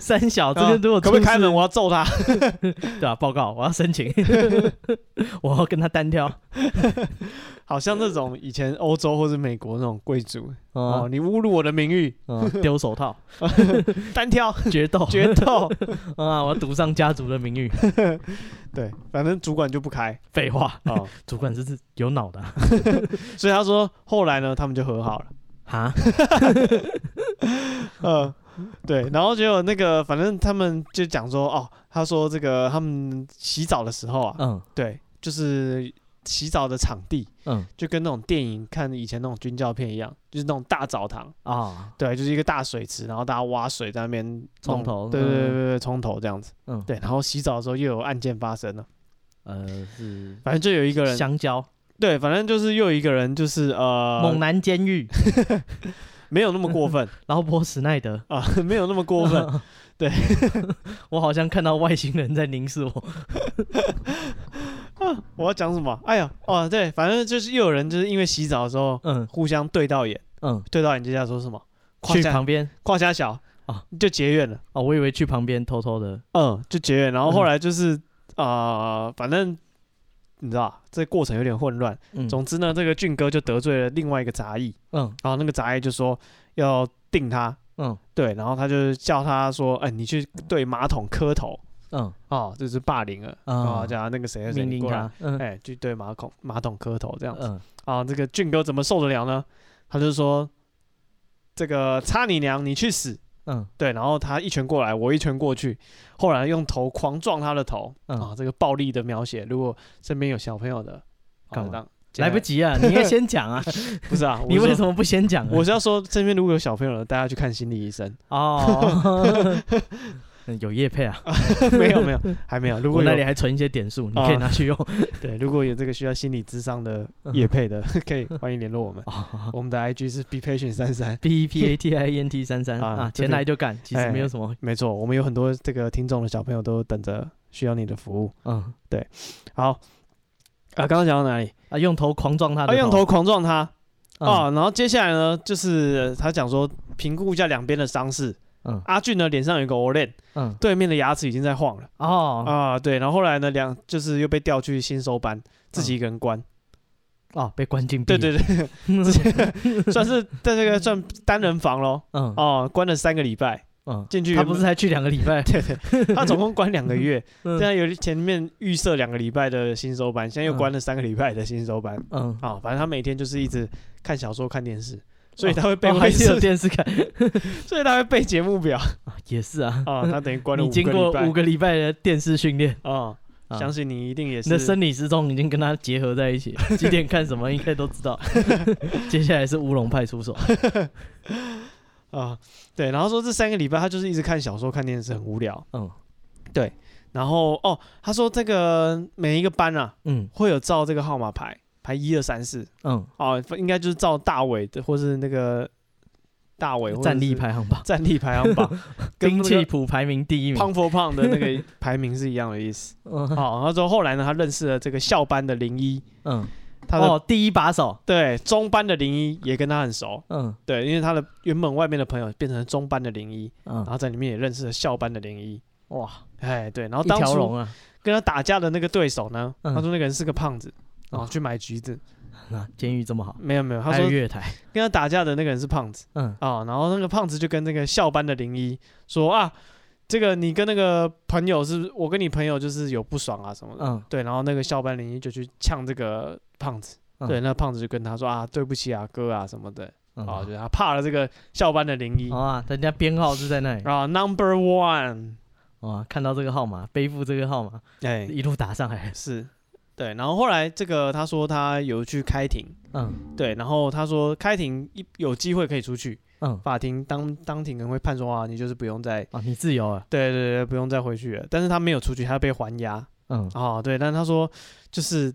Speaker 2: 三哦小这个如果
Speaker 1: 啊可不可以
Speaker 2: 出事
Speaker 1: 开门？我要揍他。
Speaker 2: 对啊，报告，我要申请，我要跟他单挑。
Speaker 1: 好像那种以前欧洲或者美国那种贵族哦，
Speaker 2: 哦，
Speaker 1: 你侮辱我的名誉，
Speaker 2: 嗯丢手 套，
Speaker 1: 单挑
Speaker 2: 决斗，
Speaker 1: 决斗，
Speaker 2: 啊！我要赌上家族的名誉。
Speaker 1: 对，反正主管就不开
Speaker 2: 废话，
Speaker 1: 哦，
Speaker 2: 主管是有脑的啊
Speaker 1: 所以他说后来呢，他们就和好了，
Speaker 2: 哈，
Speaker 1: 嗯，对，然后结果那个反正他们就讲说哦，他说这个他们洗澡的时候啊，
Speaker 2: 嗯
Speaker 1: 对，就是洗澡的场地
Speaker 2: 嗯
Speaker 1: 就跟那种电影看以前那种军教片一样，就是那种大澡堂。
Speaker 2: 啊，
Speaker 1: 对，就是一个大水池，然后大家挖水在那边弄
Speaker 2: 冲头
Speaker 1: 对对对
Speaker 2: 嗯
Speaker 1: 对对，冲头这样子。
Speaker 2: 嗯，
Speaker 1: 对，然后洗澡的时候又有案件发生了，
Speaker 2: 呃是
Speaker 1: 反正就有一个人，
Speaker 2: 香蕉，
Speaker 1: 对，反正就是又有一个人就是
Speaker 2: 猛
Speaker 1: 呃，
Speaker 2: 男监狱，
Speaker 1: 没有那么过分
Speaker 2: 劳勃史奈德，
Speaker 1: 啊， 没有那么过分，
Speaker 2: 我好像看到外星人在凝视我。
Speaker 1: 我要讲什么？哎呀，哦，对，反正就是又有人就是因为洗澡的时候
Speaker 2: 嗯
Speaker 1: 互相对到眼，
Speaker 2: 嗯，
Speaker 1: 对到眼就叫说什么？胯
Speaker 2: 去
Speaker 1: 下
Speaker 2: 旁边
Speaker 1: 胯下小
Speaker 2: 哦
Speaker 1: 就结怨了，
Speaker 2: 哦，我以为去旁边偷偷的，
Speaker 1: 嗯，就结怨。然后后
Speaker 2: 嗯
Speaker 1: 来就是啊、呃反正你知道这过程有点混乱。
Speaker 2: 嗯
Speaker 1: 总之呢，这个俊哥就得罪了另外一个杂役，
Speaker 2: 嗯
Speaker 1: 然后那个杂役就说要定他，
Speaker 2: 嗯
Speaker 1: 对，然后他就叫他说，哎、你去对马桶磕头，
Speaker 2: 嗯，
Speaker 1: 哦，这是霸凌了，
Speaker 2: 啊
Speaker 1: 啊、叫他那个谁谁谁
Speaker 2: 命
Speaker 1: 你
Speaker 2: 令
Speaker 1: 过来
Speaker 2: 他，，嗯
Speaker 1: 哎、去对马桶马桶磕头这样子，
Speaker 2: 嗯
Speaker 1: 啊、这个俊哥怎么受得了呢？他就说，这个擦你娘，你去死！
Speaker 2: 嗯
Speaker 1: 对，然后他一拳过来，我一拳过去，后来用头狂撞他的头，啊、
Speaker 2: 嗯
Speaker 1: 这个暴力的描写，如果身边有小朋友的，
Speaker 2: 干
Speaker 1: 好
Speaker 2: 嘛
Speaker 1: 当
Speaker 2: 来不，及啊，你应该先讲 啊，
Speaker 1: 不是啊，
Speaker 2: 你为什
Speaker 1: 么？
Speaker 2: 么不先讲啊？
Speaker 1: 我是要说，身边如果有小朋友的，大家去看心理医生。
Speaker 2: 哦，嗯有叶配啊，
Speaker 1: 没有没有，还没有。如
Speaker 2: 我
Speaker 1: 果
Speaker 2: 那里
Speaker 1: 有
Speaker 2: 还存一些点数，你可以
Speaker 1: 啊
Speaker 2: 拿去用。
Speaker 1: 对，如果有这个需要心理智商的
Speaker 2: 嗯
Speaker 1: 业配的， 可以欢迎联络我们。
Speaker 2: 哦
Speaker 1: 我们的 IG 是 be patient 三三，
Speaker 2: B E P A T I E N T 三三
Speaker 1: 啊
Speaker 2: 啊，
Speaker 1: 这哎
Speaker 2: 前
Speaker 1: 个
Speaker 2: 来就干，其实没有什么，
Speaker 1: 没错，我们有很多这个听众的小朋友都等着需要你的服务。
Speaker 2: 嗯
Speaker 1: 好，啊，刚刚讲到哪里？
Speaker 2: 啊，用头狂撞他
Speaker 1: 啊，
Speaker 2: 的
Speaker 1: 用头狂撞他
Speaker 2: 啊，
Speaker 1: 啊，然后接下来呢，就是他讲说评估一下两边的伤势。
Speaker 2: 嗯
Speaker 1: 阿俊呢脸上有一个 o l e
Speaker 2: 嗯
Speaker 1: 对面的牙齿已经在晃了
Speaker 2: 哦
Speaker 1: 啊，对，然后后来呢，两就是又被调去新收班，自
Speaker 2: 嗯
Speaker 1: 己一个人关。
Speaker 2: 哦，被关禁闭，嗯
Speaker 1: 对对对，
Speaker 2: 对，
Speaker 1: 算是在这个算单人房喽。
Speaker 2: 嗯
Speaker 1: 哦，关了三个礼拜，
Speaker 2: 嗯，
Speaker 1: 进去
Speaker 2: 他不是才去两个礼 拜，
Speaker 1: 对对，他总共关两个月，
Speaker 2: 嗯
Speaker 1: 现在有前面预设两个礼拜的新收班，现在又关了三个礼拜的新收班。
Speaker 2: 嗯，
Speaker 1: 啊、反正他每天就是一直看小说、看电视，所以他会背
Speaker 2: 被哦还
Speaker 1: 卫
Speaker 2: 是
Speaker 1: 视，
Speaker 2: 有电视看，
Speaker 1: 所以他会背节目表
Speaker 2: 啊也是啊，
Speaker 1: 啊、他等于关了
Speaker 2: 你
Speaker 1: 五个
Speaker 2: 经过
Speaker 1: 礼拜
Speaker 2: 五个礼拜的电视训练，
Speaker 1: 啊、
Speaker 2: 啊
Speaker 1: 相信你一定也
Speaker 2: 你的
Speaker 1: 是。
Speaker 2: 生理时钟已经跟他结合在一起，几点看什么应该都 知道。接下来是乌龙派出所，
Speaker 1: 啊、对，然后说这三个礼拜他就是一直看小说、看电视，很无聊。
Speaker 2: 嗯
Speaker 1: 然后哦，他说这个每一个班啊
Speaker 2: 嗯
Speaker 1: 会有照这个号码牌，排一二三四，
Speaker 2: 嗯，
Speaker 1: 哦，应该就是照大伟的，或是那个大伟或者
Speaker 2: 战力
Speaker 1: 是
Speaker 2: 排行榜，
Speaker 1: 战力排行榜，跟
Speaker 2: 兵
Speaker 1: 那
Speaker 2: 器
Speaker 1: 个
Speaker 2: 谱排名第一名。
Speaker 1: 胖佛胖的那个排名是一样的意思。
Speaker 2: 嗯
Speaker 1: 哦，然后之后后来呢，他认识了这个校班的零一，
Speaker 2: 嗯，
Speaker 1: 他的、
Speaker 2: 哦，第一把手，
Speaker 1: 对中班的零一也跟他很熟，
Speaker 2: 嗯
Speaker 1: 对，因为他的原本外面的朋友变成了中班的零一，然
Speaker 2: 嗯，
Speaker 1: 后在里面也认识了校班的零一。
Speaker 2: 哇，
Speaker 1: 哎，对，然后
Speaker 2: 一
Speaker 1: 当
Speaker 2: 条
Speaker 1: 初
Speaker 2: 龙啊！
Speaker 1: 跟他打架的那个对手呢，
Speaker 2: 嗯哦
Speaker 1: 他说那个人是个胖子，然后去买橘子，
Speaker 2: 啊，监狱这么好，
Speaker 1: 没有没有，他
Speaker 2: 还有
Speaker 1: 说
Speaker 2: 月台，
Speaker 1: 跟他打架的那个人是胖子。
Speaker 2: 嗯
Speaker 1: 啊、然后那个胖子就跟那个校班的零一说啊，这个你跟那个朋友是，我跟你朋友就是有不爽啊什么的。
Speaker 2: 嗯
Speaker 1: 对，然后那个校班零一就去呛这个胖子，
Speaker 2: 嗯
Speaker 1: 对，那胖子就跟他说啊，对不起啊，哥啊什么的，
Speaker 2: 嗯，
Speaker 1: 啊，就是他怕了这个校班的零一
Speaker 2: 好啊，人家编号是在那里
Speaker 1: 啊，Number One，
Speaker 2: 啊，看到这个号码，背负这个号码，
Speaker 1: 哎，
Speaker 2: 一路打上来，
Speaker 1: 是，对，然后后来这个他说他有去开庭，
Speaker 2: 嗯
Speaker 1: 对，然后他说开庭一有机会可以出去，
Speaker 2: 嗯，
Speaker 1: 法庭当当庭可能会判说啊，你就是不用再
Speaker 2: 啊，你自由了，
Speaker 1: 对对对，不用再回去了。但是他没有出去，他被还押
Speaker 2: 嗯
Speaker 1: 哦。对，但他说就是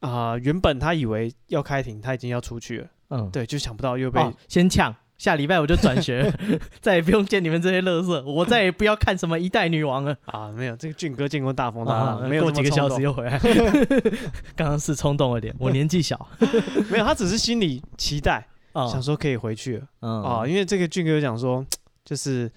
Speaker 1: 啊、原本他以为要开庭，他已经要出去了，
Speaker 2: 嗯，
Speaker 1: 对，就想不到又被、
Speaker 2: 哦，先抢，下礼拜我就转学 了，再也不用见你们这些乐色，我再也不要看什么一代女王了。
Speaker 1: 啊没有这个俊哥见过大风大
Speaker 2: 啊
Speaker 1: 浪，没有
Speaker 2: 过
Speaker 1: 这
Speaker 2: 几
Speaker 1: 么冲
Speaker 2: 个小
Speaker 1: 动
Speaker 2: 时，又回 来，刚刚是冲动了点，我年纪小
Speaker 1: 没有，他只是心里期待，想
Speaker 2: 啊
Speaker 1: 说可以回去了
Speaker 2: 啊
Speaker 1: 哦，因为这个俊哥讲说，就是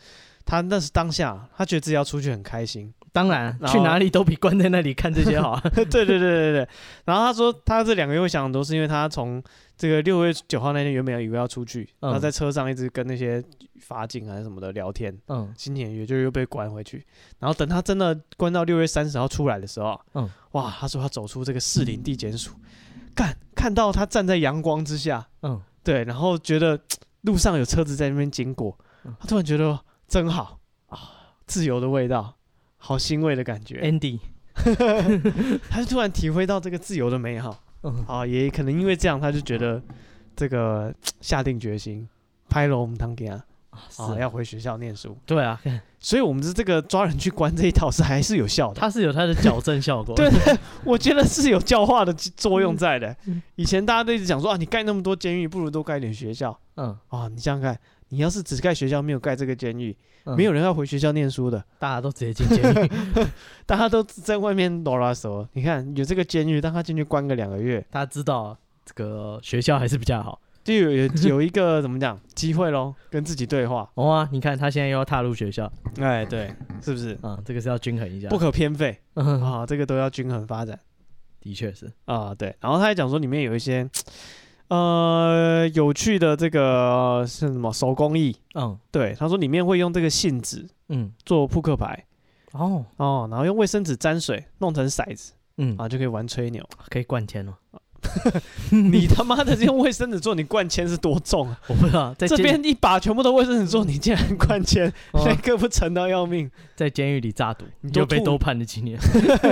Speaker 1: 他那是当下他觉得自己要出去很开心，
Speaker 2: 当然，
Speaker 1: 然后
Speaker 2: 去哪里都比关在那里看这些好啊。
Speaker 1: 对对对对对。然后他说，他这两个月我想都是因为他从这个六月九号那天原本以为要出去，
Speaker 2: 嗯
Speaker 1: 然后在车上一直跟那些法警啊还是什么的聊天，
Speaker 2: 嗯
Speaker 1: 心情也就又被关回去。然后等他真的关到六月三十号出来的时候，啊
Speaker 2: 嗯
Speaker 1: 哇，他说他走出这个士林地检署，看看到他站在阳光之下，
Speaker 2: 嗯，
Speaker 1: 对，然后觉得路上有车子在那边经过
Speaker 2: 嗯，
Speaker 1: 他突然觉得真好啊，自由的味道，好欣慰的感觉。
Speaker 2: Andy，
Speaker 1: 他就突然体会到这个自由的美好
Speaker 2: 嗯
Speaker 1: 啊，也可能因为这样，他就觉得这个下定决心拍了我们堂给啊，
Speaker 2: 是
Speaker 1: 啊要回学校念书。
Speaker 2: 对啊，
Speaker 1: 所以，我们的这个抓人去关这一套是还是有效的。
Speaker 2: 它是有它的矫正效果。
Speaker 1: 对，我觉得是有教化的作用在的。
Speaker 2: 嗯
Speaker 1: 以前大家都一直讲说啊，你盖那么多监狱，不如多盖点学校
Speaker 2: 嗯，
Speaker 1: 啊。你想想看，你要是只盖学校，没有盖这个监狱，
Speaker 2: 嗯
Speaker 1: 没有人要回学校念书的，
Speaker 2: 大家都直接进监 狱，
Speaker 1: 大家都在外面哆啦嗦。你看有这个监狱，让他进去关个两个月，
Speaker 2: 大家知道这个学校还是比较好。
Speaker 1: 就有有有一个怎么讲机会咯，跟自己对话。
Speaker 2: 哦啊，你看他现在又要踏入学校，
Speaker 1: 哎，对，是不 是
Speaker 2: 啊，这个是要均衡一下。
Speaker 1: 不可偏废
Speaker 2: 嗯，
Speaker 1: 啊？这个都要均衡发展
Speaker 2: 的确是。
Speaker 1: 啊。对，然后他还讲说里面有一些呃有趣的这个呃是什么手工艺。
Speaker 2: 嗯
Speaker 1: 对，他说里面会用这个信纸
Speaker 2: 嗯，
Speaker 1: 做扑克牌
Speaker 2: 哦，
Speaker 1: 哦，然后用卫生纸沾水弄成骰子
Speaker 2: 嗯，
Speaker 1: 啊，就可以玩吹牛。
Speaker 2: 可以灌钱哦。
Speaker 1: 你他妈的用卫生纸做，你灌铅是多重 啊？
Speaker 2: 我不知道，在
Speaker 1: 这
Speaker 2: 监
Speaker 1: 边一把全部都卫生纸做，你竟然灌铅，
Speaker 2: 哦
Speaker 1: 那个不沉到要命？
Speaker 2: 在监狱里诈赌，
Speaker 1: 你
Speaker 2: 你
Speaker 1: 就
Speaker 2: 就被
Speaker 1: 吐
Speaker 2: 多判了几年。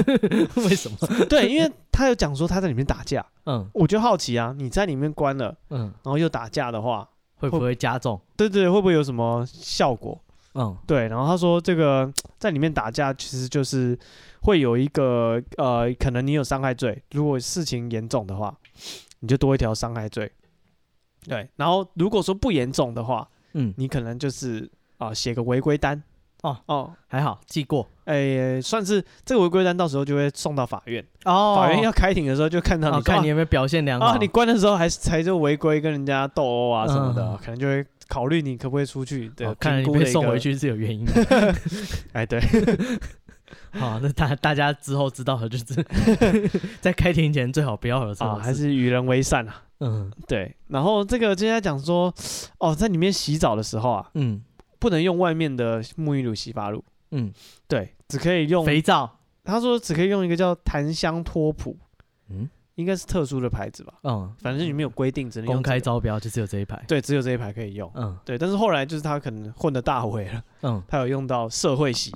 Speaker 2: 为什么？
Speaker 1: 对，因为他有讲说他在里面打架，
Speaker 2: 嗯
Speaker 1: 我就好奇啊，你在里面关了，
Speaker 2: 嗯，
Speaker 1: 然后又打架的话，
Speaker 2: 会不会加重？
Speaker 1: 对对，会不会有什么效果？
Speaker 2: 嗯
Speaker 1: 对，然后他说这个在里面打架其实就是会有一个呃，可能你有伤害罪，如果事情严重的话，你就多一条伤害罪。对，然后如果说不严重的话，
Speaker 2: 嗯，
Speaker 1: 你可能就是啊、写个违规单
Speaker 2: 哦
Speaker 1: 哦，
Speaker 2: 还好记过。
Speaker 1: 哎，算是这个违规单到时候就会送到法院，
Speaker 2: 哦
Speaker 1: 法院要开庭的时候就看到
Speaker 2: 哦
Speaker 1: 你
Speaker 2: 看
Speaker 1: 啊
Speaker 2: 你有没有表现良好。
Speaker 1: 啊，你关的时候还才就违规跟人家斗殴啊什么的，
Speaker 2: 嗯
Speaker 1: 可能就会考虑你可不可以出去
Speaker 2: 哦
Speaker 1: 的
Speaker 2: 看来
Speaker 1: 评
Speaker 2: 你
Speaker 1: 估的
Speaker 2: 被
Speaker 1: 一
Speaker 2: 送
Speaker 1: 个
Speaker 2: 回，去是有原因 的。
Speaker 1: 哎， 对。
Speaker 2: 好，那大大家之后知道了，就是 在开庭前最好不要有这
Speaker 1: 啊，
Speaker 2: 种
Speaker 1: 还
Speaker 2: 事。
Speaker 1: 是与人为善啊。
Speaker 2: 嗯
Speaker 1: 对，然后这个接下来讲说，哦，在里面洗澡的时候啊，
Speaker 2: 嗯
Speaker 1: 不能用外面的沐浴乳、洗发露，
Speaker 2: 嗯，
Speaker 1: 对，只可以用。
Speaker 2: 肥皂。
Speaker 1: 他说只可以用一个叫檀香托普，
Speaker 2: 嗯
Speaker 1: 应该是特殊的牌子吧，
Speaker 2: 嗯，
Speaker 1: 反正里面有规定，只能用
Speaker 2: 公
Speaker 1: 这
Speaker 2: 开
Speaker 1: 个
Speaker 2: 招标就只有这一排。
Speaker 1: 对，只有这一排可以用。
Speaker 2: 嗯
Speaker 1: 对，但是后来就是他可能混的大尾了，
Speaker 2: 嗯，
Speaker 1: 他有用到社会洗。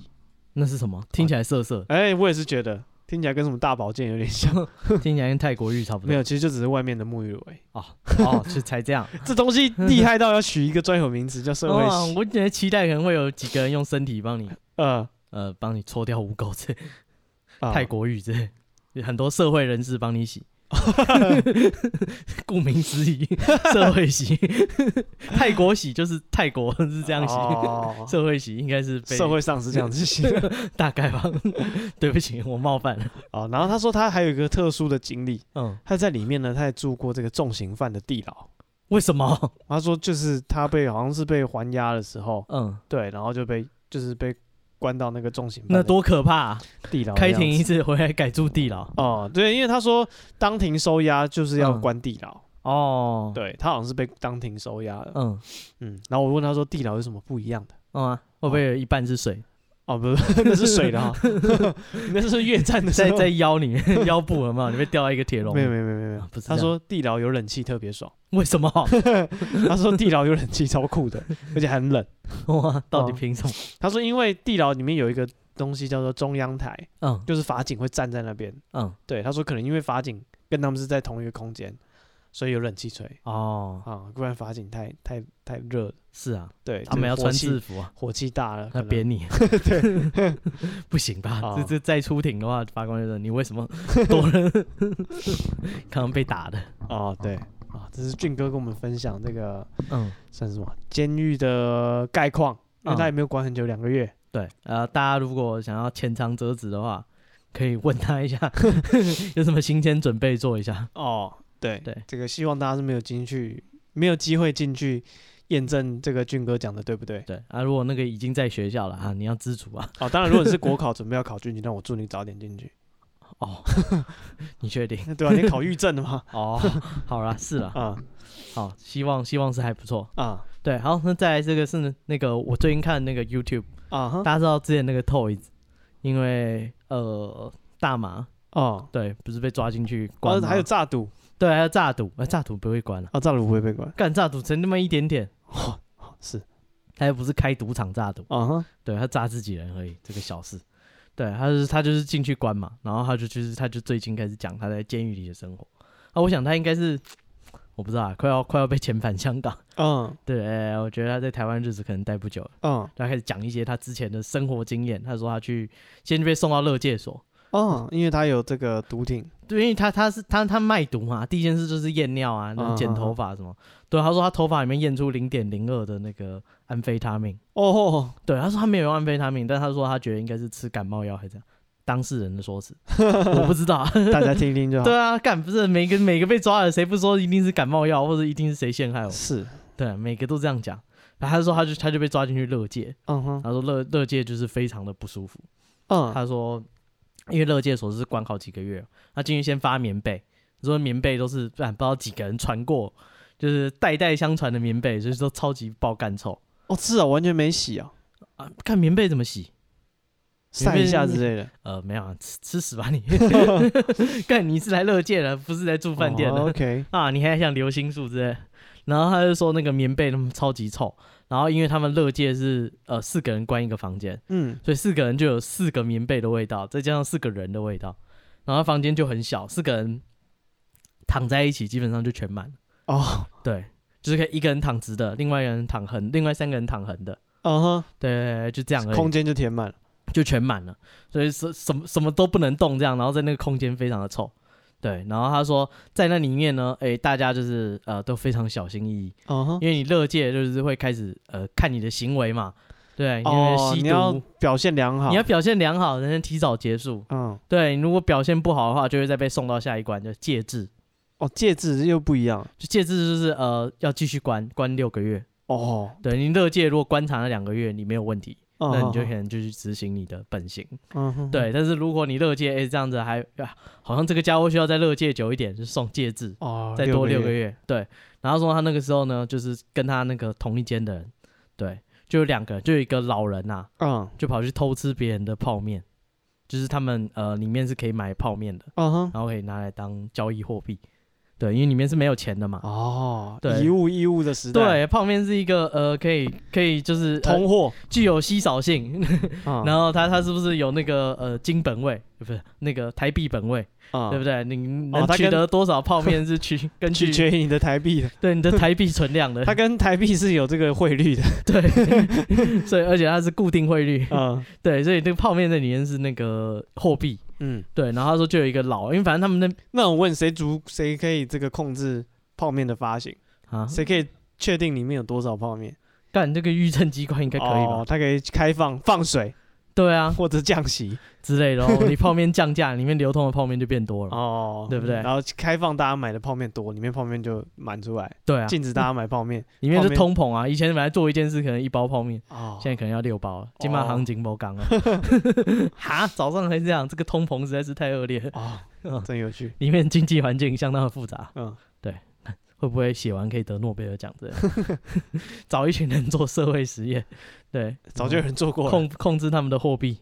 Speaker 2: 那是什么？听起来涩 涩，
Speaker 1: 哎，我也是觉得听起来跟什么大保健有点像，
Speaker 2: 听起来跟泰国浴差不多。
Speaker 1: 没有，其实就只是外面的沐浴乳而已。
Speaker 2: 哦哦，是才这样。
Speaker 1: 这东西厉害到要取一个专有名词叫社 会
Speaker 2: 哦
Speaker 1: 洗。
Speaker 2: 我觉得期待可能会有几个人用身体帮你，
Speaker 1: 呃，
Speaker 2: 呃，帮你搓掉污垢这
Speaker 1: 啊
Speaker 2: 泰国浴之类，很多社会人士帮 你洗。顾名思义，社会洗，泰国洗就是泰国是这样洗，
Speaker 1: 哦
Speaker 2: 社会洗应该是被
Speaker 1: 社会上是这样子洗
Speaker 2: 大概吧。对不起，我冒犯了。
Speaker 1: 哦。然后他说他还有一个特殊的经历，
Speaker 2: 嗯，
Speaker 1: 他在里面呢，他也住过这个重刑犯的地牢。
Speaker 2: 为什么？
Speaker 1: 他说就是他被好像是被还押的时候，
Speaker 2: 嗯，
Speaker 1: 对，然后就被就是被关到那个重刑犯
Speaker 2: 那
Speaker 1: 的
Speaker 2: 多可怕啊、
Speaker 1: 地牢
Speaker 2: 开
Speaker 1: 的样
Speaker 2: 庭一
Speaker 1: 子
Speaker 2: 次回来改住地牢。
Speaker 1: 哦，对，因为他说当庭收押就是要
Speaker 2: 嗯
Speaker 1: 关地牢，
Speaker 2: 哦，，
Speaker 1: 对他好像是被当庭收押的。
Speaker 2: 嗯
Speaker 1: 嗯，然后我问他说地牢有什么不一样的？
Speaker 2: 嗯啊，会不会有一半是水？
Speaker 1: 哦，不 是，那是水 的哈，那是越战的时
Speaker 2: 在
Speaker 1: 候。
Speaker 2: 在腰里面 腰部有没有？你被吊到一个铁笼？
Speaker 1: 没有没有没有没有没有
Speaker 2: 啊不，是
Speaker 1: 他
Speaker 2: 这样
Speaker 1: 说地牢有冷气特别爽。
Speaker 2: 为 什么？
Speaker 1: 他说地牢有冷气，超酷 的，而且很冷。
Speaker 2: 哇，到底
Speaker 1: 哦
Speaker 2: 凭什么？
Speaker 1: 他说因为地牢里面有一个东西叫做中央台，
Speaker 2: 嗯
Speaker 1: 就是法警会站在那边。
Speaker 2: 嗯，
Speaker 1: 对，他说可能因为法警跟他们是在同一个空间，所以有冷气吹
Speaker 2: 哦，
Speaker 1: 啊，不然法警太太太热了。
Speaker 2: 是啊，
Speaker 1: 对，
Speaker 2: 他们要
Speaker 1: 就是火
Speaker 2: 穿
Speaker 1: 气
Speaker 2: 制服啊，
Speaker 1: 火气大了，可
Speaker 2: 那
Speaker 1: 能
Speaker 2: 扁你， 不行吧
Speaker 1: 哦？
Speaker 2: 这这再出庭的话，法官就说你为什么多 人 可能被打的？
Speaker 1: 啊，对
Speaker 2: 哦
Speaker 1: 啊，这是俊哥跟我们分享这个
Speaker 2: 嗯，
Speaker 1: 算什么监狱的概况，因为他
Speaker 2: 嗯
Speaker 1: 也没有关很久，两个月。
Speaker 2: 对，呃，大家如果想要浅尝辄止的话，可以问 他一下有什么新鲜准备做一下。
Speaker 1: 哦，对
Speaker 2: 对
Speaker 1: 这个希望大家是没有进去，没有机会进去验证这个俊哥讲的对不对。
Speaker 2: 对啊，如果那个已经在学校了啊，你要知足啊。
Speaker 1: 哦，当然，如果你是国考准备要考进去，那我祝你早点进去，
Speaker 2: 哦，你确定？
Speaker 1: 对吧、啊你考预证的嘛，
Speaker 2: 哦， 好啦，是啦，
Speaker 1: 啊
Speaker 2: 好，希望希望是还不错。
Speaker 1: 啊
Speaker 2: 对，好，那再来这个是那个我最近看那个 YouTube，
Speaker 1: 啊哈，
Speaker 2: 大家知道之前那个 Toys，因为呃大麻
Speaker 1: 哦，
Speaker 2: 对，不是被抓进去关
Speaker 1: 哦，
Speaker 2: 吗、
Speaker 1: 还有诈赌，
Speaker 2: 对，还有诈赌，哎、诈赌不会关了、
Speaker 1: 哦，诈赌不会被关，
Speaker 2: 啊干诈赌成他妈一点点，
Speaker 1: 是
Speaker 2: 他又不是开赌场诈赌，
Speaker 1: 啊哈，
Speaker 2: 对他炸自己人而已，这个小事。对，他就是他就是进去关嘛，然后他就就是他就最近开始讲他在监狱里的生活。啊，我想他应该是我不知道、啊， 快要快要被遣返香港。
Speaker 1: 嗯
Speaker 2: 对，哎我觉得他在台湾日子可能待不久了。
Speaker 1: 嗯
Speaker 2: 他开始讲一些他之前的生活经验。他说他去先被送到乐戒所，
Speaker 1: 哦，因为他有这个毒品，
Speaker 2: 对，因为他他是他他卖毒嘛，第一件事就是验尿啊，然后剪头发什么。对，他说他头发里面验出零点零二的那个安非他命。
Speaker 1: 哦，
Speaker 2: 对，他说他没有用安非他命，但他说他觉得应该是吃感冒药还是这样。当事人的说辞， 我不知道啊。
Speaker 1: 大家听一听就好。
Speaker 2: 对啊，干不是每个每个被抓的，谁不说一定是感冒药，或者一定是谁陷害我？
Speaker 1: 是，
Speaker 2: 对啊、每个都这样讲。然后他说他就他就被抓进去乐界，
Speaker 1: 嗯哼，
Speaker 2: 他说乐乐界就是非常的不舒服。
Speaker 1: 嗯
Speaker 2: 他说，因为乐界所是关好几个月，他进去先发棉被，说棉被都是不啊然不知道几个人传过，就是代代相传的棉被，就是都超级爆干臭
Speaker 1: 哦，是啊，完全没洗啊，
Speaker 2: 啊！看棉被怎么洗？
Speaker 1: 晒一下之类的。
Speaker 2: 呃，没有啊，吃吃屎吧你！ 干你是来乐界的，不是来住 饭店的、
Speaker 1: 哦 OK，
Speaker 2: 啊！你还想流星术之类？然后他就说那个棉被他们超级臭，然后因为他们乐界是呃四个人关一个房间，
Speaker 1: 嗯
Speaker 2: 所以四个人就有四个棉被的味道，再加上四个人的味道，然后房间就很小，四个人躺在一起基本上就全满了。
Speaker 1: 哦，
Speaker 2: 对，就是可以一个人躺直的，另外一个人躺横，另外三个人躺横的，
Speaker 1: 嗯
Speaker 2: 对，就这样
Speaker 1: 哼，
Speaker 2: 而
Speaker 1: 空
Speaker 2: 已，
Speaker 1: 间就填满了。
Speaker 2: 就全满了。所以什什么什么都不能动，这样，然后在那个空间非常的臭。对，然后他说在那里面呢，诶，大家就是呃都非常小心翼翼，
Speaker 1: 嗯哼，
Speaker 2: 因为你乐界就是会开始呃看你的行为嘛，对，因为
Speaker 1: 哦，
Speaker 2: 吸
Speaker 1: 你
Speaker 2: 毒。
Speaker 1: 要表现良好
Speaker 2: 你要，表现良好，才能提早结束。
Speaker 1: 嗯，
Speaker 2: 对，你如果表现不好的话，就会再被送到下一关，就戒治。
Speaker 1: 哦，戒指又不一样
Speaker 2: 就戒治就是呃，要继续关，关六个月。
Speaker 1: 哦，
Speaker 2: 对你乐戒，如果观察了两个月，你没有问题，
Speaker 1: 嗯
Speaker 2: 那你就可
Speaker 1: 哼
Speaker 2: 能就去执行你的本行。
Speaker 1: 嗯哼，
Speaker 2: 对，但是如果你乐戒，哎、这样子还、啊好像这个家伙需要再乐戒久一点，就送戒治，
Speaker 1: 哦，
Speaker 2: 再多六个
Speaker 1: 月，
Speaker 2: 月。对，然后说他那个时候呢，就是跟他那个同一间的人，对，就有两个，就有一个老人呐、
Speaker 1: 嗯
Speaker 2: 就跑去偷吃别人的泡面，就是他们呃里面是可以买泡面的。
Speaker 1: 嗯哼，
Speaker 2: 然后可以拿来当交易货币。对，因为里面是没有钱的嘛。
Speaker 1: 哦，
Speaker 2: 对
Speaker 1: 一物一物的时代，，
Speaker 2: 对，泡面是一个呃，可以可以就是、呃
Speaker 1: 通货，嗯
Speaker 2: 具有稀少性，
Speaker 1: 然
Speaker 2: 然后它它是不是有那个呃金本位，不是那个台币本位，
Speaker 1: 后
Speaker 2: 对不
Speaker 1: 对？
Speaker 2: 对？你能
Speaker 1: 哦它
Speaker 2: 取
Speaker 1: 跟
Speaker 2: 得多少泡面是 取根
Speaker 1: 取
Speaker 2: 据
Speaker 1: 决于你的台币的，
Speaker 2: 对你的台币存量的
Speaker 1: 它，跟台币是有这个汇 率的，
Speaker 2: 对，所以而且它是固定汇率，
Speaker 1: 嗯
Speaker 2: 对，所以那个泡面在里面是那个货币，
Speaker 1: 嗯，
Speaker 2: 对。然后他说就有一个老，因为反正他们
Speaker 1: 那我问谁主谁可以这个控制泡面的发行？
Speaker 2: 那啊，
Speaker 1: 谁可以确定里面有多少泡面？
Speaker 2: 干这个预政机关应该可以吧
Speaker 1: 哦？，它可以开放放水
Speaker 2: 对啊，
Speaker 1: 或者降 息
Speaker 2: 之类 的、哦，你泡面降价，里面流通的泡面就变多了。
Speaker 1: 哦，
Speaker 2: 对不对
Speaker 1: 然后开放大家买的泡面多，里面泡面就满出来，
Speaker 2: 对啊，
Speaker 1: 禁止大家买泡面
Speaker 2: 里面
Speaker 1: 泡
Speaker 2: 是
Speaker 1: 面
Speaker 2: 通膨啊，以前本来做一件事可能一包泡面，
Speaker 1: 哦。
Speaker 2: 现在可能要六包了，今晚
Speaker 1: 哦
Speaker 2: 行情不刚 啊。哈，早上还这样，这个通膨实在是太恶劣了，
Speaker 1: 哦
Speaker 2: 嗯，
Speaker 1: 真有趣，
Speaker 2: 里面经济环境相当的复杂，
Speaker 1: 嗯，
Speaker 2: 会不会写完可以得诺贝尔奖之类的？ 找一群人做社会实验，对，
Speaker 1: 早就有人做过了，
Speaker 2: 控控制他们的货币。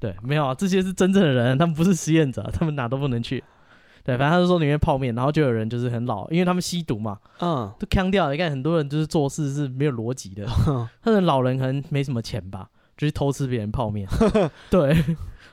Speaker 2: 对，没有啊，这些是真正的人，他们不是实验者， 他们哪都不能去。对，反正他就说里面泡面，然后就有人就是很老，因为他们吸毒嘛，
Speaker 1: 嗯，
Speaker 2: 都腔掉了。你看很多人就是做事是没有逻辑的，他的老人可能没什么钱吧，就去偷吃别人泡面。对，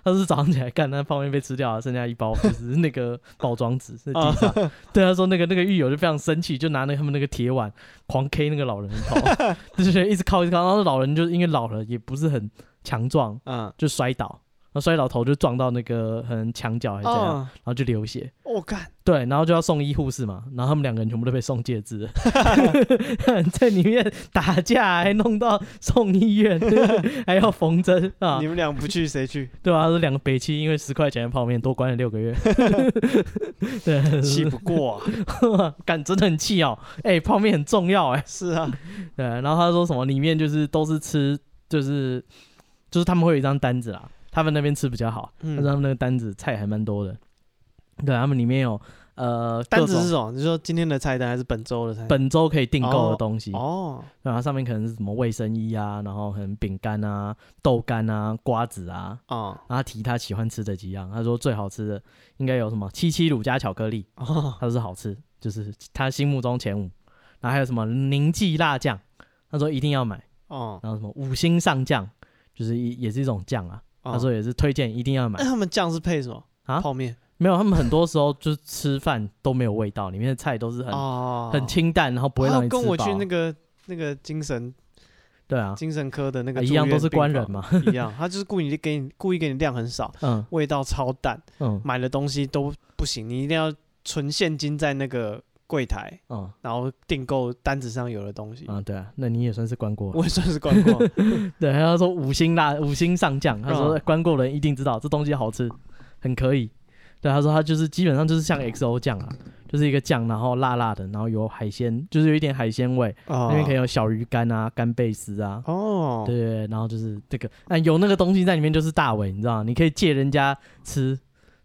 Speaker 2: 他是早上起来干，那泡面被吃掉了，剩下一包就是那个包装纸在
Speaker 1: 啊
Speaker 2: 地上。 对，他说那个那个狱友就非常生气，就拿那个他们那个铁碗狂 K 那个老人的 头，就是一直敲一直敲，然后老人就因为老了也不是很强壮，
Speaker 1: 嗯
Speaker 2: 就摔倒。那摔倒头就撞到那个很墙角还是怎样，
Speaker 1: 哦，
Speaker 2: 然后就流血。
Speaker 1: 我哦干，
Speaker 2: 对，然后就要送医护士嘛，然后他们两个人全部都被送戒指了， 在里面打架还弄到送医院， 还要缝针啊
Speaker 1: 你，们俩不去谁去？
Speaker 2: 对啊，这两个北七因为十块钱的泡面多关了六个月，
Speaker 1: 气
Speaker 2: 对，
Speaker 1: 不过 啊，
Speaker 2: 感真的很气哦，哎、泡面很重要哎、
Speaker 1: 是啊，
Speaker 2: 对，然后他说什么里面就是都是吃，就是就是他们会有一张单子啦，他们那边吃比较好，但
Speaker 1: 嗯
Speaker 2: 是他们那个单子菜还蛮多的，对，他们里面有呃
Speaker 1: 单
Speaker 2: 各
Speaker 1: 子
Speaker 2: 种
Speaker 1: 是什么？你说今天的菜单还是本周的菜单？
Speaker 2: 本周可以订购的东西，
Speaker 1: 哦，
Speaker 2: 对啊，上面可能是什么卫生衣啊，然后可能饼干啊、豆干啊、瓜子啊，
Speaker 1: 哦，
Speaker 2: 然后他提他喜欢吃的几样，他说最好吃的应该有什么七七乳加巧克力，
Speaker 1: 哦，
Speaker 2: 他说是好吃，就是他心目中前五，然后还有什么宁记辣酱，他说一定要买。
Speaker 1: 哦，
Speaker 2: 然后什么五星上酱，就是一也是一种酱啊。
Speaker 1: 哦
Speaker 2: 他说也是推荐一定要买
Speaker 1: 那。他们酱是配什么？
Speaker 2: 啊
Speaker 1: 泡面
Speaker 2: 没有，他们很多时候就是吃饭都没有味道，里面的菜都是很、
Speaker 1: 哦，
Speaker 2: 很清淡，然后不会
Speaker 1: 然
Speaker 2: 让
Speaker 1: 后
Speaker 2: 你吃
Speaker 1: 跟
Speaker 2: 饱啊。
Speaker 1: 我去那个那个精神
Speaker 2: 对啊，
Speaker 1: 精神科的那
Speaker 2: 啊
Speaker 1: 个
Speaker 2: 一
Speaker 1: 住
Speaker 2: 样都
Speaker 1: 院
Speaker 2: 是
Speaker 1: 病
Speaker 2: 官人
Speaker 1: 房
Speaker 2: 嘛。
Speaker 1: 一样，他就是故意给你故意给你量很少，
Speaker 2: 嗯
Speaker 1: 味道超淡，
Speaker 2: 嗯
Speaker 1: 买的东西都不行，你一定要存现金在那个柜台，
Speaker 2: 嗯
Speaker 1: 然后订购单子上有的东西。
Speaker 2: 啊，对啊，那你也算是关过。
Speaker 1: 我也算是逛 过，
Speaker 2: 对，他说五星辣五星上酱，他说
Speaker 1: 嗯
Speaker 2: 关过人一定知道这东西好吃，很可以。对，他说他就是基本上就是像 XO 酱啊，就是一个酱，然后辣辣的，然后有海鲜，就是有一点海鲜味，
Speaker 1: 那
Speaker 2: 那边可以有小鱼干啊、干贝丝啊，
Speaker 1: 哦，
Speaker 2: 对对，对然后就是这个，啊，有那个东西在里面就是大伟，你知道吗？你可以借人家吃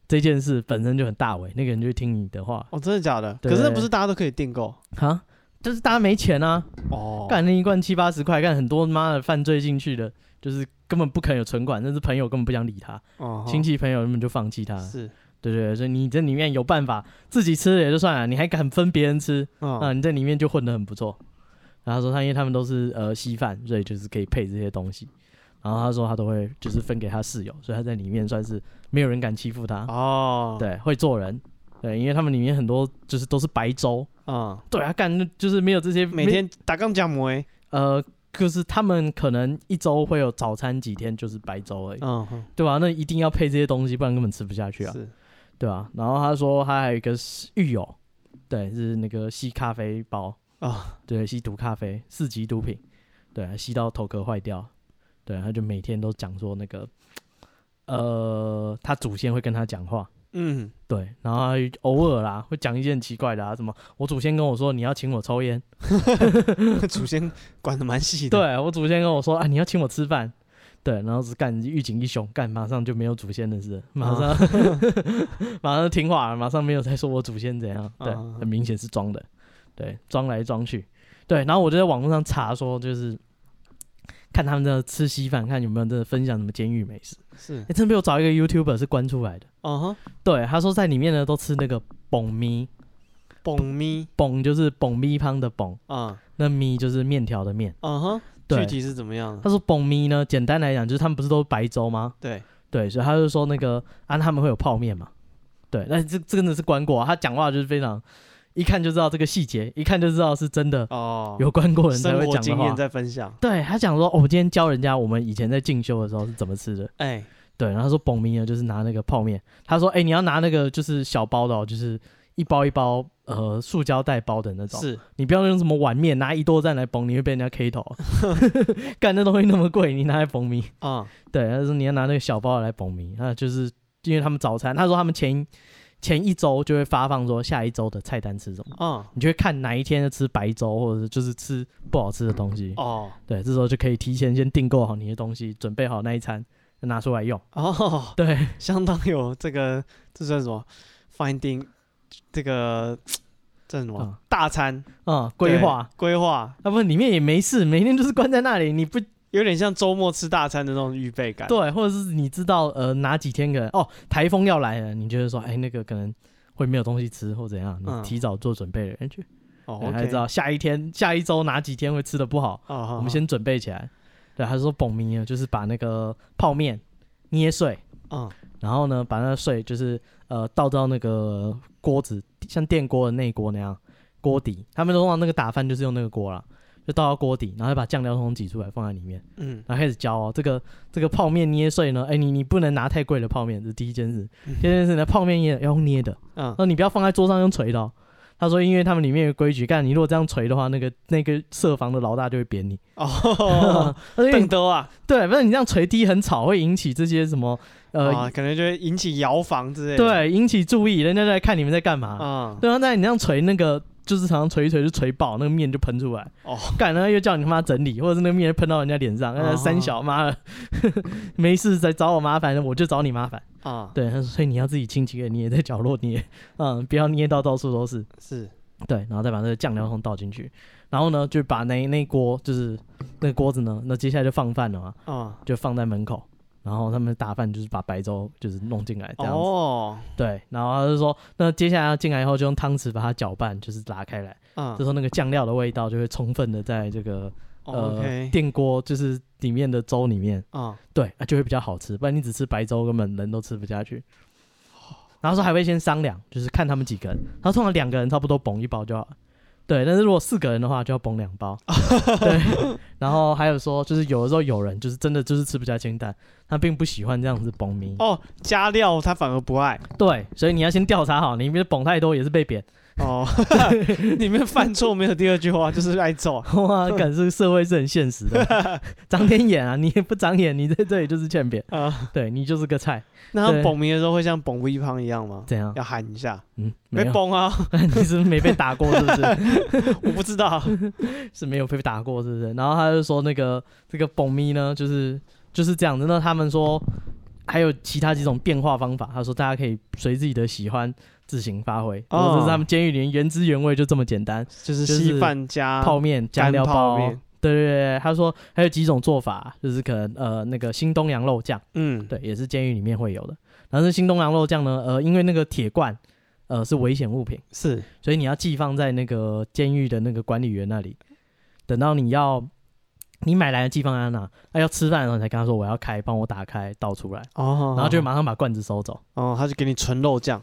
Speaker 2: 这件事本身就很大伟，那个人就会听你的话
Speaker 1: 哦，真的假的？
Speaker 2: 对
Speaker 1: 可是那不是大家都可以订购
Speaker 2: 啊，就是大家没钱啊，
Speaker 1: 哦，
Speaker 2: 干那一罐七八十块，干很多妈的犯罪进去的，就是根本不肯有存款，但是朋友根本不想理他，
Speaker 1: 哦
Speaker 2: 亲戚朋友根本就放弃他了，
Speaker 1: 是
Speaker 2: 对对对，所以你这里面有办法自己吃也就算了，你还敢分别人吃，啊，
Speaker 1: 嗯
Speaker 2: 你在里面就混得很不错。然后他说他因为他们都是呃稀饭，所以就是可以配这些东西。然后他说他都会就是分给他室友，所以他在里面算是没有人敢欺负他，
Speaker 1: 哦，，
Speaker 2: 对，会做人，对，因为他们里面很多就是都是白粥，
Speaker 1: 嗯，
Speaker 2: 对啊，干就是没有这些
Speaker 1: 每
Speaker 2: 没
Speaker 1: 天打钢架模哎，
Speaker 2: 呃，就是他们可能一周会有早餐几天就是白粥而已，
Speaker 1: 嗯，哼
Speaker 2: 对啊吧、那一定要配这些东西，不然根本吃不下去啊，
Speaker 1: 是
Speaker 2: 对吧、然后他说他还有一个狱友，对，是那个吸咖啡包，
Speaker 1: 啊，
Speaker 2: 对，吸毒咖啡，四级毒品，对，吸到头壳坏掉，对，他就每天都讲说那个，呃，他祖先会跟他讲话，
Speaker 1: 嗯，
Speaker 2: 对，然后他偶尔啦会讲一些很奇怪的啊，什么我祖先跟我说你要请我抽烟，
Speaker 1: 祖先管的蛮细的，
Speaker 2: 对我祖先跟我说啊你要请我吃饭。对，然后是干预警一凶，干马上就没有祖先的事了，马上、 马上听话了，马上没有再说我祖先怎样，对，
Speaker 1: 啊
Speaker 2: 很明显是装的，对，装来装去，对，然后我就在网络上查说，就是看他们真的吃稀饭，看有没有真的分享什么监狱美食，
Speaker 1: 是
Speaker 2: 哎、，真的被我找一个 YouTuber 是关出来的，
Speaker 1: 哦
Speaker 2: 对，他说在里面呢都吃那个蹦咪，
Speaker 1: 哼，蹦咪，
Speaker 2: 蹦就是蹦咪汤的蹦，
Speaker 1: 啊，
Speaker 2: 那咪就是面条的面，
Speaker 1: 嗯哼，具
Speaker 2: 对。
Speaker 1: 体是怎么样的？
Speaker 2: 他说蹦咪呢，简单来讲就是他们不是都是白粥吗？
Speaker 1: 对，
Speaker 2: 对，所以他就说那个啊，他们会有泡面嘛？对，那这这真的是关过、啊，他讲话就是非常一看就知道这个细节，一看就知道是真的
Speaker 1: 哦，
Speaker 2: 有关过人才
Speaker 1: 生
Speaker 2: 会
Speaker 1: 活
Speaker 2: 讲的
Speaker 1: 经验
Speaker 2: 话。
Speaker 1: 在分享，
Speaker 2: 对他讲说，哦，我今天教人家我们以前在进修的时候是怎么吃的。
Speaker 1: 哎，
Speaker 2: 对，然后他说蹦明呢就是拿那个泡面，他说哎、你要拿那个就是小包的、哦，就是一包一包呃塑胶袋包的那种，
Speaker 1: 是
Speaker 2: 你不要用什么碗面，拿一多站来蹦，你会被人家 K 头。干那东西那么贵，你拿来蹦明。
Speaker 1: 啊，
Speaker 2: 对，他说你要拿那个小包来捧米，那就是因为他们早餐，他说他们前前一周就会发放说下一周的菜单吃什么，
Speaker 1: 啊，
Speaker 2: 你就会看哪一天就吃白粥，或者是就是吃不好吃的东西。
Speaker 1: 哦，
Speaker 2: 对，这时候就可以提前先订购好你的东西，准备好那一餐拿出来用。
Speaker 1: 哦，
Speaker 2: 对，
Speaker 1: 相当有这个，这算什么？finding 这个这什么
Speaker 2: 嗯
Speaker 1: 大餐
Speaker 2: 嗯，规划，
Speaker 1: 对规划，
Speaker 2: 啊不，里面也没事，每天就是关在那里，你不
Speaker 1: 有点像周末吃大餐的那种预备感。
Speaker 2: 对，或者是你知道呃哪几天可能哦台风要来了，你就会说哎那个可能会没有东西吃或怎样，
Speaker 1: 嗯
Speaker 2: 你提早做准备了，哎去
Speaker 1: 哦
Speaker 2: 对，他
Speaker 1: ，OK
Speaker 2: 就知道下一天、下一周哪几天会吃的不好，
Speaker 1: 哦，好
Speaker 2: 我们先准备起来。对，他说蹦米呢，就是把那个泡面捏碎，
Speaker 1: 好嗯
Speaker 2: 然后呢，把那个碎就是呃倒到那个锅子，像电锅的内锅那样锅底。他们都往那个打饭就是用那个锅啦，就就倒到锅底，然后再把酱料通通挤出来放在里面，
Speaker 1: 嗯，
Speaker 2: 然后开始浇哦。这个这个泡面捏碎呢，哎，你你不能拿太贵的泡面，这是第一件事。第二件事呢，泡面也要用捏的，
Speaker 1: 嗯，
Speaker 2: 那你不要放在桌上用捶的、哦。他说，因为他们里面有规矩，干你如果这样捶的话，那个那个社房的老大就会扁你。
Speaker 1: 哦，
Speaker 2: 他说因为
Speaker 1: 邓
Speaker 2: 你
Speaker 1: 兜啊，
Speaker 2: 对，不是你这样捶低很吵，会引起这些什么呃，
Speaker 1: 啊，可能就会引起摇房之类的。，
Speaker 2: 对，引起注意，人家就来看你们在干嘛。
Speaker 1: 嗯，
Speaker 2: 对啊，那你那样捶那个，就是常常捶一捶就捶爆，那个面就喷出来。
Speaker 1: 哦，
Speaker 2: 干，然后又叫你妈整理，或者是那个面喷到人家脸上，那、
Speaker 1: 哦
Speaker 2: 三小妈的， 没事在找我麻烦，我就找你麻烦。
Speaker 1: 啊，
Speaker 2: 对，他说所以你要自己轻轻的捏，在角落捏，嗯，不要捏到到处都是。
Speaker 1: 是，
Speaker 2: 对，然后再把那个酱料通倒进去，然后呢，就把那那一锅就是那个锅子呢，那接下来就放饭了嘛，
Speaker 1: 嗯，
Speaker 2: 就放在门口。然后他们打饭就是把白粥就是弄进来这样子，
Speaker 1: 哦，
Speaker 2: 对，然后他就说，那接下来要进来以后就用汤匙把它搅拌，就是拉开来，
Speaker 1: 嗯哦
Speaker 2: 这时候那个酱料的味道就会充分的在这个呃
Speaker 1: ，OK，
Speaker 2: 电锅就是里面的粥里面，
Speaker 1: 啊，
Speaker 2: 对，那就会比较好吃。不然你只吃白粥，根本人都吃不下去。然后说还会先商量，就是看他们几个人，然后通常两个人差不多崩一包就好了。对，但是如果四个人的话，就要崩两 包。对，然后还有说，就是有的时候有人就是真的就是吃不下清淡，他并不喜欢这样子崩米。
Speaker 1: 哦，加料他反而不爱，
Speaker 2: 对，所以你要先调查好，你别捧太多也是被扁。
Speaker 1: 哦， 里面犯错没有第二句话，就是挨揍。
Speaker 2: 哇，感是社会是很现实 的，长点眼啊！你也不长眼，你在这里就是欠扁，
Speaker 1: 啊，
Speaker 2: 对你就是个菜，
Speaker 1: 那他
Speaker 2: 对
Speaker 1: 捧名的时候会像捧 V 胖一样吗？
Speaker 2: 怎样？
Speaker 1: 要喊一下，
Speaker 2: 嗯，没
Speaker 1: 没
Speaker 2: 有，
Speaker 1: 崩啊，
Speaker 2: 你是不是没被打过？是不是？
Speaker 1: 我不知 道。
Speaker 2: 是没有被打过，是不是？然后他就说那个这个蹦咪呢，就是就是这样子。那他们说还有其他几种变化方法，他说大家可以随自己的喜欢自行发挥。
Speaker 1: 哦
Speaker 2: 哦，这是他们监狱里面原汁原味就这么简单，
Speaker 1: 就是
Speaker 2: 就是
Speaker 1: 稀饭加
Speaker 2: 泡面加料
Speaker 1: 啊干泡
Speaker 2: 包。
Speaker 1: 面
Speaker 2: 对对对，他说还有几种做法，就是可能呃那个新东阳肉酱。
Speaker 1: 嗯，
Speaker 2: 对，也是监狱里面会有的。然后是新东阳肉酱呢，呃，因为那个铁罐，呃，是危险物品，
Speaker 1: 是
Speaker 2: 所以你要寄放在那个监狱的那个管理员那里。等到你要你买来的寄放在那，那、要吃饭的时候你才跟他说我要开，帮我打开倒出来，
Speaker 1: 哦，
Speaker 2: 然后就马上把罐子收走。
Speaker 1: 哦，他就给你纯肉酱，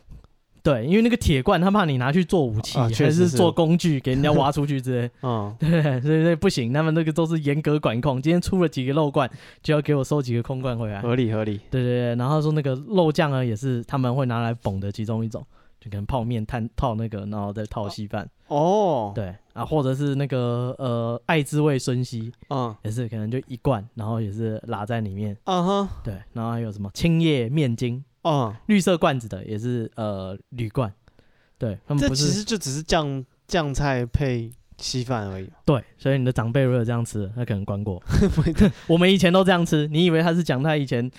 Speaker 2: 对，因为那个铁罐他怕你拿去做武器，
Speaker 1: 啊确
Speaker 2: 还
Speaker 1: 实
Speaker 2: 是
Speaker 1: 是
Speaker 2: 做工具给人家挖出去之类。
Speaker 1: 嗯，
Speaker 2: 对，所以所以不行，他们那个都是严格管控。今天出了几个漏罐，就要给我收几个空罐回来。
Speaker 1: 合理合理。
Speaker 2: 对对对，然后说那个肉酱啊呢，也是他们会拿来捧的其中一种，就可能泡面摊套那个，然后再套稀饭，
Speaker 1: 哦，
Speaker 2: 对啊，或者是那个呃爱滋味孙稀
Speaker 1: 嗯
Speaker 2: 也是可能就一罐，然后也是拉在里面，
Speaker 1: 嗯哼，
Speaker 2: 对，然后还有什么青叶面筋，
Speaker 1: 嗯，
Speaker 2: 绿色罐子的也是呃铝罐，对他们
Speaker 1: 这
Speaker 2: 不
Speaker 1: 其
Speaker 2: 是
Speaker 1: 实就只是酱酱菜配稀饭而已。
Speaker 2: 对，所以你的长辈如果这样吃，他可能 关过。 我们以前都这样吃，你以为他是讲他以前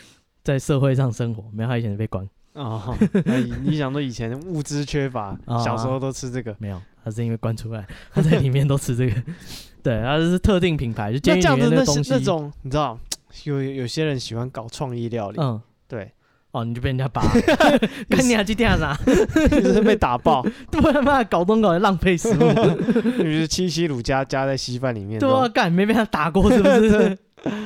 Speaker 2: 在社会上生活，没有他以前被关。
Speaker 1: 哦，那以你想说以前物资缺乏，
Speaker 2: 啊
Speaker 1: 小时候都吃这个，
Speaker 2: 没有，他是因为关出来，他在里面都 吃这个。对，他是特定品牌，就
Speaker 1: 那
Speaker 2: 监狱
Speaker 1: 这
Speaker 2: 里
Speaker 1: 样子
Speaker 2: 面
Speaker 1: 那些
Speaker 2: 的东西。
Speaker 1: 那种你知道，有有有些人喜欢搞创意料理，
Speaker 2: 嗯，
Speaker 1: 对，
Speaker 2: 哦，你就被人家扒， 看你还去电啥？
Speaker 1: 就是被打爆，
Speaker 2: 对他妈搞东搞西，浪费食 物。
Speaker 1: 就是七七乳加加在稀饭里面，
Speaker 2: 对啊，干没被他打过是不是？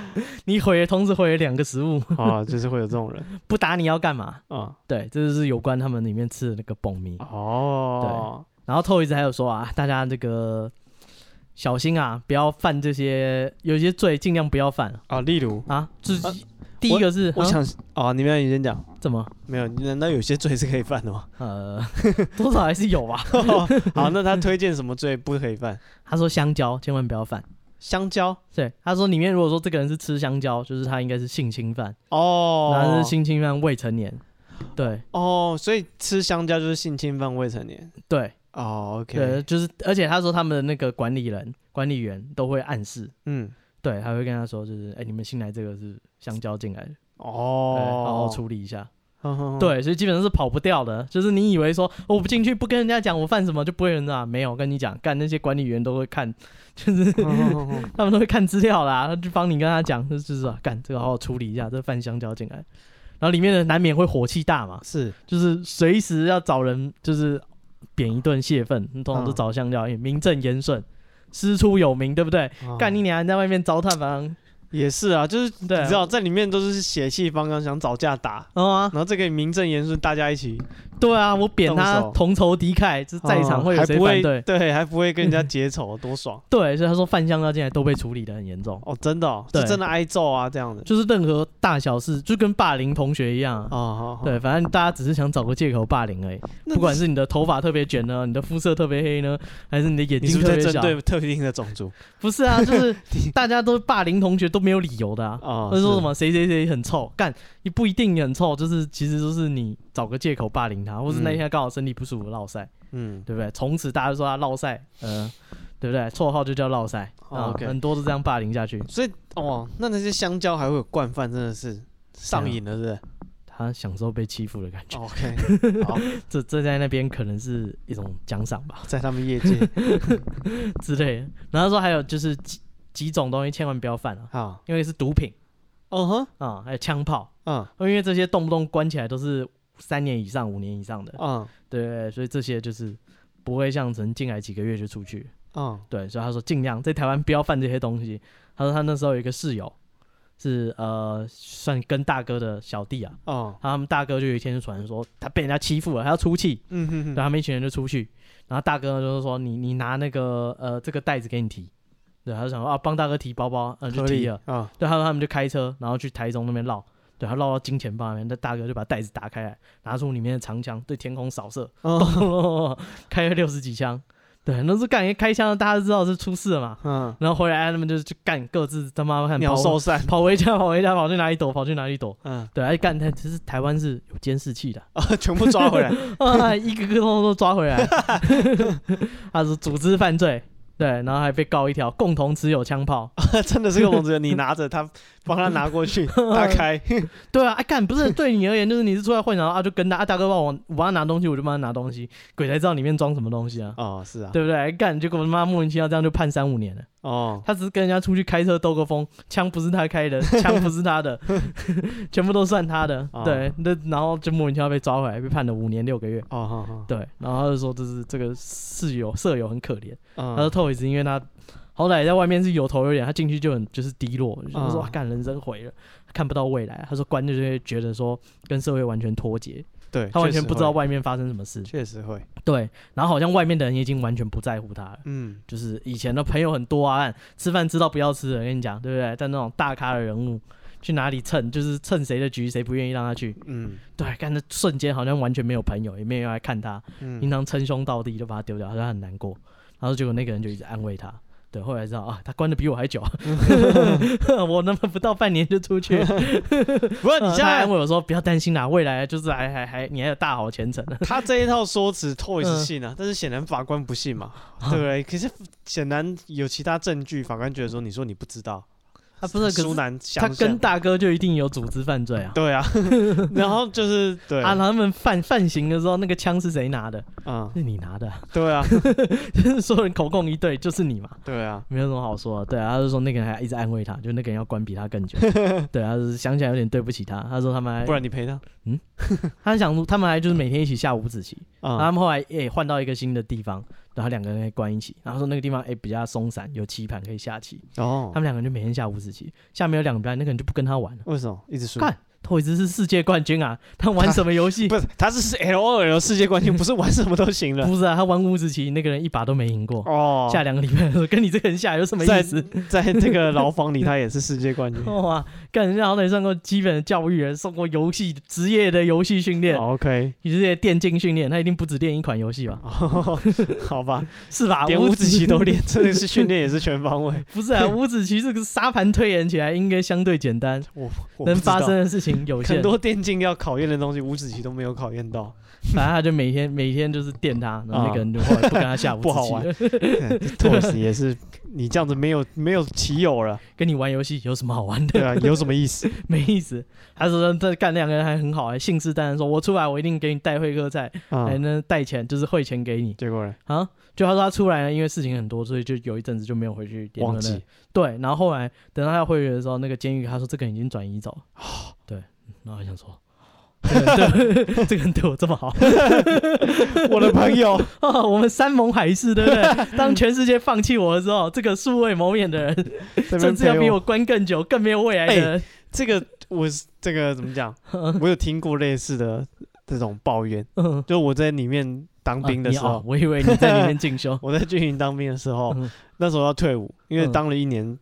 Speaker 2: 你毁了，同时毁了两个食物，
Speaker 1: 这种啊，就是会有这种人
Speaker 2: 不打你要干嘛？
Speaker 1: 啊。
Speaker 2: 对，这就是有关他们里面吃的那个蹦米。
Speaker 1: 哦，
Speaker 2: 然后透一直还有说啊，大家这个小心啊，不要犯这些有一些罪，尽量不要犯
Speaker 1: 啊，例如，
Speaker 2: 啊。自己、第一个是
Speaker 1: 我
Speaker 2: 啊
Speaker 1: 想啊，你们你先讲，
Speaker 2: 怎么？
Speaker 1: 没有？难道有些罪是可以犯的吗？
Speaker 2: 呃，多少还是有吧。
Speaker 1: 好，那他推荐什么罪不可以犯？
Speaker 2: 他说香蕉千万不要犯。
Speaker 1: 香蕉
Speaker 2: 对，他说里面如果说这个人是吃香蕉，就是他应该是性侵犯，
Speaker 1: 哦，
Speaker 2: 然后是性侵犯未成年。对
Speaker 1: 哦，所以吃香蕉就是性侵犯未成年
Speaker 2: 对
Speaker 1: 哦。OK，
Speaker 2: 对，就是而且他说他们的那个管理人、管理员都会暗示，
Speaker 1: 嗯，
Speaker 2: 对，还会跟他说就是，哎、你们新来这个是香蕉进来的，对，好好
Speaker 1: 哦，
Speaker 2: 处理一下。
Speaker 1: 哼哼哼，
Speaker 2: 对，所以基本上是跑不掉的。就是你以为说、哦我不进去不跟人家讲我犯什么就不会有人啊，没有，我跟你讲，干那些管理员都会看，就是
Speaker 1: 哼哼哼哼
Speaker 2: 他们都会看资料啦，他就帮你跟他讲，就是啊，干这个好好处理一下，这犯香蕉进来，然后里面的难免会火气大嘛，
Speaker 1: 是
Speaker 2: 就是随时要找人就是扁一顿泄愤，通常都找香蕉，因为名正言顺，师出有名，对不对？
Speaker 1: 哦
Speaker 2: 干你娘，你在外面糟蹋房，
Speaker 1: 也是啊，就是你
Speaker 2: 对啊
Speaker 1: 知道在里面都是血气方刚，想找架打，
Speaker 2: 哦啊，
Speaker 1: 然后这个名正言顺大家一起
Speaker 2: 对啊，我扁他
Speaker 1: 动手
Speaker 2: 同仇敌忾，就是在场会有
Speaker 1: 哦还
Speaker 2: 谁
Speaker 1: 不
Speaker 2: 反
Speaker 1: 会
Speaker 2: 对？
Speaker 1: 对，还不会跟人 家结仇，多爽
Speaker 2: 对，所以他说犯香料进来都被处理的很严重，
Speaker 1: 哦！真的、哦，
Speaker 2: 对
Speaker 1: 是真的挨揍啊，这样子。
Speaker 2: 就是任何大小事就跟霸凌同学一样啊、
Speaker 1: 哦，好好
Speaker 2: 对，反正大家只是想找个借口霸凌而已，
Speaker 1: 那
Speaker 2: 不管是你的头发特别卷呢，你的肤色特别黑呢，还是你的眼
Speaker 1: 你是
Speaker 2: 睛
Speaker 1: 不
Speaker 2: 特
Speaker 1: 是
Speaker 2: 别
Speaker 1: 在
Speaker 2: 小，
Speaker 1: 针对特定的种族
Speaker 2: 不是 啊，就是大家都霸凌同学都没有理由的啊，
Speaker 1: 啊？
Speaker 2: 或者说
Speaker 1: 是
Speaker 2: 什？么谁谁谁很臭，干也不一定很臭，就是其实就是你找个借口霸凌他，或是那
Speaker 1: 嗯
Speaker 2: 天刚好身体不舒服落晒，
Speaker 1: 嗯，
Speaker 2: 对不对？从此大家就说他落晒，呃，对不对？绰号就叫落晒
Speaker 1: 哦
Speaker 2: 啊，
Speaker 1: OK
Speaker 2: 很多都这样霸凌下去。
Speaker 1: 所以哦，那那些香蕉还会有惯犯，真的是上瘾了，是不是？
Speaker 2: 他享受被欺负的感觉，
Speaker 1: 哦 OK，好，
Speaker 2: 这这在那边可能是一种奖赏吧
Speaker 1: 在他们业界
Speaker 2: 之类的。然后他说还有就是几几种东西千万不要犯啊，
Speaker 1: 好，
Speaker 2: 因为是毒品
Speaker 1: 嗯哼，
Speaker 2: 啊、还有枪炮，
Speaker 1: 嗯
Speaker 2: 因为这些动不动关起来都是三年以上、五年以上的，
Speaker 1: 嗯
Speaker 2: 对，所以这些就是不会像人进来几个月就出去。
Speaker 1: 嗯，
Speaker 2: 对，所以他说尽量在台湾不要犯这些东西。他说他那时候有一个室友是呃算跟大哥的小弟啊，
Speaker 1: 哦，
Speaker 2: 他们大哥就有一天就传说他被人家欺负了，他要出气，
Speaker 1: 嗯哼
Speaker 2: 对，啊
Speaker 1: 哼，
Speaker 2: 他们一群人就出去，然后大哥呢就是说你你拿那个呃这个袋子给你提，对，他就想说啊帮大哥提包包，嗯、就
Speaker 1: 合
Speaker 2: 提
Speaker 1: 理
Speaker 2: 了，
Speaker 1: 啊，
Speaker 2: 对，他说他们就开车，然后去台中那边绕。对他绕到金钱豹那边，那大哥就把袋子打开来，拿出里面的长枪，对天空扫射，
Speaker 1: 嗯
Speaker 2: 开了六十几枪。对，那是干一开枪的，大家都知道是出事了嘛。
Speaker 1: 嗯，
Speaker 2: 然后回来他们就去干各自他妈看
Speaker 1: 鸟
Speaker 2: 跑
Speaker 1: 兽散，
Speaker 2: 跑回家，跑回家，跑去哪里躲，跑去哪里躲。
Speaker 1: 嗯，
Speaker 2: 对，哎干他其实台湾是有监视器的，
Speaker 1: 啊，全部抓回来，
Speaker 2: 啊， 一个个都都抓回来。 他是组织犯罪，对，然后还被告一条共同持有枪炮。
Speaker 1: 真的是个笼子，你拿着他，帮他拿过 去，他开，
Speaker 2: 对啊，哎、干不是对你而言，就是你是出来混，然后啊就跟他啊大哥帮我我帮他拿东西，我就帮他拿东西，鬼才知道里面装什么东西啊，
Speaker 1: 哦，是啊，
Speaker 2: 对不对？哎干结果他妈莫名其妙这样就判三五年了。
Speaker 1: 哦，
Speaker 2: 他只是跟人家出去开车兜个风，枪不是他开的，枪不是他的，全部都算他的。
Speaker 1: 哦
Speaker 2: 对，那然后就莫名其妙被抓回来，被判了五年六个月。
Speaker 1: 哦，好好，
Speaker 2: 对，然后他就说这是这个室友舍友很可怜，他说
Speaker 1: 嗯，
Speaker 2: 透也是因为他好歹在外面是有头有脸，他进去就很就是低落，就是说
Speaker 1: 嗯
Speaker 2: 啊干、人生毁了，看不到未来。他说关键就会觉得说跟社会完全脱节，
Speaker 1: 对，
Speaker 2: 他完全
Speaker 1: 确实
Speaker 2: 不知道
Speaker 1: 会，
Speaker 2: 外面发生什么事。
Speaker 1: 确实会，
Speaker 2: 对，然后好像外面的人已经完全不在乎他了。
Speaker 1: 嗯，
Speaker 2: 就是以前的朋友很多啊，吃饭吃到不要吃了，跟你讲，对不对？但那种大咖的人物去哪里蹭，就是蹭谁的局，谁不愿意让他去。
Speaker 1: 嗯
Speaker 2: 对，看那瞬间好像完全没有朋友，也没有人来看他，平
Speaker 1: 嗯，
Speaker 2: 常称兄道弟就把他丢掉，好像很难过。然后结果那个人就一直安慰他。对，后来知道啊，他关的比我还 久，我那么不到半年就出 去。
Speaker 1: 不过
Speaker 2: 你
Speaker 1: 你
Speaker 2: 现
Speaker 1: 现
Speaker 2: 在
Speaker 1: 在
Speaker 2: 安慰我说不要担心啦，未来就是还还还你还有大好前程。啊
Speaker 1: 他这一套说辞 Toys
Speaker 2: 嗯
Speaker 1: 信啊，但是显然法官不信 嘛，对不对？可是显然有其他证据，法官觉得说你说你不知道，
Speaker 2: 他不是，可
Speaker 1: 苏
Speaker 2: 是
Speaker 1: 南
Speaker 2: 他
Speaker 1: 想
Speaker 2: 跟
Speaker 1: 想，
Speaker 2: 大哥就一定有组织犯罪 啊。
Speaker 1: 对啊，然后就是 对，
Speaker 2: 啊，
Speaker 1: 啊，
Speaker 2: 他们犯犯刑的时候，那个枪是谁拿的？
Speaker 1: 嗯，
Speaker 2: 是你拿的、 啊，
Speaker 1: 对啊，
Speaker 2: 所有人口供一对，就是你嘛，
Speaker 1: 对啊，
Speaker 2: 没有什么好说的。对啊，他就说那个人还一直安慰他，就那个人要关比他更 久。对啊，就是想起来有点对不起他。他说他们还，
Speaker 1: 不然你赔他
Speaker 2: 他想他们还就是每天一起下五子棋，然后
Speaker 1: 啊
Speaker 2: 他，们后来也换到一个新的地方，然后两个人可以关一起。然后说那个地方哎、比较松散，有棋盘可以下棋，
Speaker 1: 哦
Speaker 2: 他，们两个人就每天下五子棋。下面有两班，那个人就不跟他玩了。
Speaker 1: 为什么一直输？
Speaker 2: 看，头一只是世界冠军啊，他玩什么游 戏？
Speaker 1: 不是，他是 L O L 世界冠军，不是玩什么都行了
Speaker 2: 不是啊，他玩五子棋，那个人一把都没赢过。
Speaker 1: 哦。
Speaker 2: 下两个礼拜的时候跟你这个人下有什么
Speaker 1: 在
Speaker 2: 意思？
Speaker 1: 在这个牢房里，他也是世界冠 军。
Speaker 2: 哇，干人家好歹上过基本的教育，受过游戏职业的游戏训
Speaker 1: 哦
Speaker 2: 练，
Speaker 1: OK，
Speaker 2: 以及这些电竞训练，他一定不止练一款游戏吧？
Speaker 1: 哦 好吧，
Speaker 2: 是吧？
Speaker 1: 连五子棋都
Speaker 2: 啊无
Speaker 1: 练，真的是训练也是全方 位。
Speaker 2: 不是啊，五子棋这个沙盘推演起来应该相对简单，
Speaker 1: 我我不
Speaker 2: 能
Speaker 1: 知道
Speaker 2: 发生的事情有限
Speaker 1: 很。多电竞要考验的东西，五子棋都没有考验到，
Speaker 2: 反正他就每天每天就是电他，然后那个人就后来不跟他下五 子棋
Speaker 1: 不好玩
Speaker 2: 了
Speaker 1: Toys 也是你这样子没有没有棋友了，
Speaker 2: 跟你玩游戏有什么好玩的？
Speaker 1: 对啊，有什么意思？
Speaker 2: 没意思。他说这干两个人还很好，还信誓旦旦说，我出来我一定给你带会客菜，
Speaker 1: 啊
Speaker 2: 还，能带钱，就是汇钱给你。
Speaker 1: 结果呢？
Speaker 2: 啊，就他说他出来呢，因为事情很多，所以就有一阵子就没有回去联络
Speaker 1: 忘
Speaker 2: 那
Speaker 1: 记
Speaker 2: 个。对，然后后来等到他要回去的时候，那个监狱他说这个人已经转移走了。
Speaker 1: 啊
Speaker 2: 对，然后我想说，这个人对 这个人对我这么好、
Speaker 1: 我的朋 友，
Speaker 2: 啊，我们山盟海誓，对不 对？当全世界放弃我的时候，这个素未谋面的人，
Speaker 1: 这
Speaker 2: 甚
Speaker 1: 边
Speaker 2: 至要比
Speaker 1: 陪
Speaker 2: 我
Speaker 1: 我哎
Speaker 2: 关更久、更没有未来的人，
Speaker 1: 这个我是这个怎么讲？我有听过类似的这种抱怨。
Speaker 2: 嗯
Speaker 1: 就我在里面当
Speaker 2: 啊
Speaker 1: 兵的
Speaker 2: 你
Speaker 1: 时
Speaker 2: 哦
Speaker 1: 候，。
Speaker 2: 我以为你在里面进修
Speaker 1: 我在军营当兵的时候，
Speaker 2: 嗯
Speaker 1: 那时候要退伍，因为
Speaker 2: 嗯
Speaker 1: 当了一年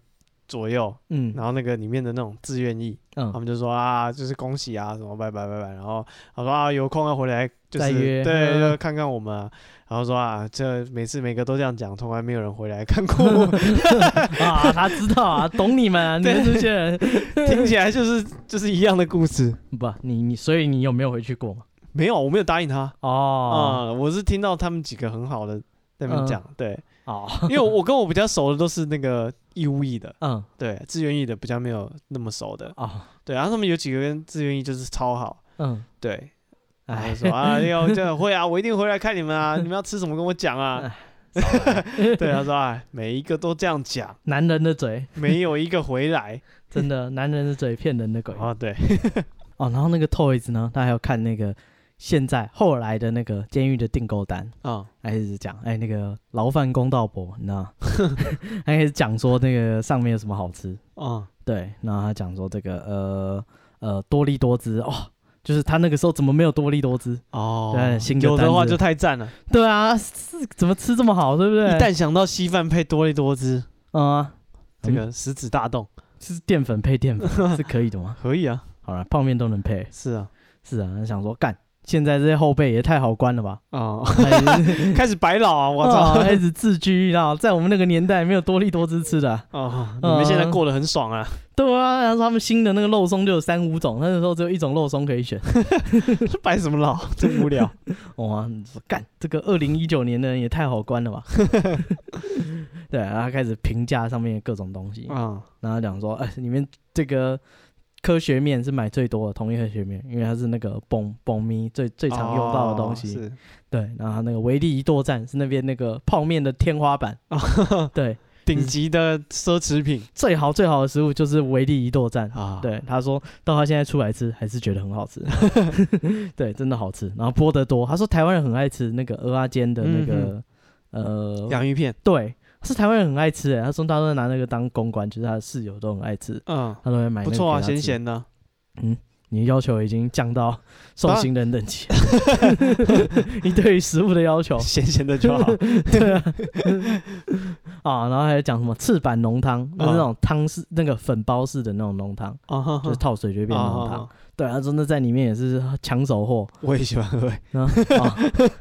Speaker 1: 左右，
Speaker 2: 嗯
Speaker 1: 然后那个里面的那种志愿役， 他
Speaker 2: 嗯，
Speaker 1: 们就说啊，就是恭喜啊，什么拜拜拜拜。然后他说啊，有空要回来，就
Speaker 2: 再
Speaker 1: 是
Speaker 2: 约
Speaker 1: 对，
Speaker 2: 嗯
Speaker 1: 就看看我们啊、然后说啊，这每次每个都这样讲，从来没有人回来看 过我们，
Speaker 2: 啊，他知道啊，懂 你们啊，你们这些人，
Speaker 1: 听起来就是就是一样的故事。
Speaker 2: 不，你你，所以你有没有回去过嘛？
Speaker 1: 没有，我没有答应他啊、
Speaker 2: 哦
Speaker 1: 我是听到他们几个很好的在那边
Speaker 2: 嗯
Speaker 1: 讲，对，
Speaker 2: 哦，
Speaker 1: 因为我跟我比较熟的都是那个义务役的，
Speaker 2: 嗯
Speaker 1: 对，志愿役的比较没有那么熟的，
Speaker 2: 哦
Speaker 1: 对，然后他们有几个跟志愿役就是超好，
Speaker 2: 嗯，
Speaker 1: 对，然后
Speaker 2: 哎
Speaker 1: 就，说啊，要这样会啊，我一定回来看你们啊，你们要吃什么跟我讲啊。
Speaker 2: 哎
Speaker 1: 对，他说啊，每一个都这样讲，
Speaker 2: 男人的 嘴，
Speaker 1: 没有一个回来。
Speaker 2: 真的，男人的嘴骗人的鬼。
Speaker 1: 啊，对，
Speaker 2: 哦，然后那个 Toys 呢，他还有看那个现在后来的那个监狱的订购单，
Speaker 1: 啊，
Speaker 2: 还是讲哎那个牢饭公道伯，你知道吗， 他开始讲说那个上面有什么好吃，
Speaker 1: 啊，
Speaker 2: 对，然后他讲说这个呃呃多利多汁哦，就是他那个时候怎么没有多利多汁？
Speaker 1: 哦
Speaker 2: 对新的
Speaker 1: 有的话
Speaker 2: 单子
Speaker 1: 就太赞了。
Speaker 2: 对啊，是怎么吃这么好，对不对？
Speaker 1: 一旦想到稀饭配多利多汁，
Speaker 2: 嗯啊，
Speaker 1: 这个食指大动，
Speaker 2: 是淀粉配淀粉 是可以的吗？
Speaker 1: 可以啊，
Speaker 2: 好了，泡面都能配，
Speaker 1: 是啊，
Speaker 2: 是啊，他想说干。现在这些后辈也太好关了吧！
Speaker 1: 哦，
Speaker 2: 还是
Speaker 1: 开始白老啊，我操
Speaker 2: 哦，开始自居啦，在我们那个年代没有多利多汁吃的啊、
Speaker 1: 哦，你们现在
Speaker 2: 嗯
Speaker 1: 过得很爽 啊，
Speaker 2: 对啊，然后他们新的那个肉松就有三五种，那个时候只有一种肉松可以选。
Speaker 1: 白什么老，真无聊。
Speaker 2: 哇、你说干这个二零一九年的人也太好关了吧？ 对，然后他开始评价上面的各种东西，
Speaker 1: 啊，
Speaker 2: 然后他讲说，哎、里面这个科学面是买最多的，统一科学面，因为它是那个蹦蹦咪最最
Speaker 1: 最
Speaker 2: 常用到的东西。
Speaker 1: 哦是
Speaker 2: 对，然后它那个维力一作战是那边那个泡面的天花板，对，
Speaker 1: 顶级的奢侈品
Speaker 2: 最好最好的食物就是维力一作战。
Speaker 1: 啊，
Speaker 2: 嗯对，他说到他现在出来吃，还是觉得很 好吃。对，真的好吃。然后波得多，他说台湾人很爱吃那个鹅阿煎的
Speaker 1: 嗯
Speaker 2: 那个、呃，
Speaker 1: 洋芋片，
Speaker 2: 对，是台湾人很爱吃、欸。他说他都拿那个当公关，就是他的室友都很爱吃，
Speaker 1: 嗯，
Speaker 2: 他都会买。
Speaker 1: 不错啊，咸。咸的，，
Speaker 2: 你要求已经降到受刑人等级， 你对于食物的要 求
Speaker 1: 咸咸的就好。
Speaker 2: 对啊，啊，然后还有讲什么赤坂浓汤，就是那种汤是那个粉包式的那种浓汤，
Speaker 1: 啊哈
Speaker 2: 就是
Speaker 1: 哈
Speaker 2: 套水就会变浓汤
Speaker 1: 啊。
Speaker 2: 对，他说那在里面也是抢手货。
Speaker 1: 我也喜欢 喝，
Speaker 2: 然后哦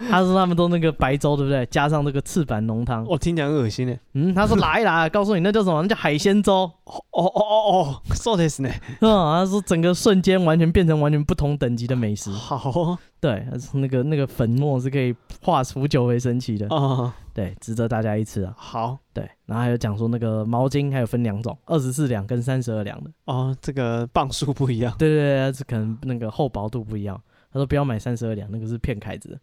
Speaker 2: 他说他们都那个白粥，对不对？加上那个赤坂浓汤。
Speaker 1: 我哦听起来很恶心呢。
Speaker 2: 嗯，他说来啦，告诉你那叫什么？那叫海鲜粥。
Speaker 1: 哦哦哦哦， そうですね。
Speaker 2: 嗯，他说整个瞬间完全变成完全不同等级的美食。
Speaker 1: 好哦
Speaker 2: 对，他说那个那个粉末是可以化腐朽为神奇的。
Speaker 1: 啊，
Speaker 2: 对，值得大家一吃啊。
Speaker 1: 好
Speaker 2: 对，然后还有讲说那个毛巾还有分两种，二十四两跟三十二两的。
Speaker 1: 哦，这个磅数不 一样
Speaker 2: 对对对，是可能那个厚薄度不一样。他说不要买三十二两，那个是骗凯子的，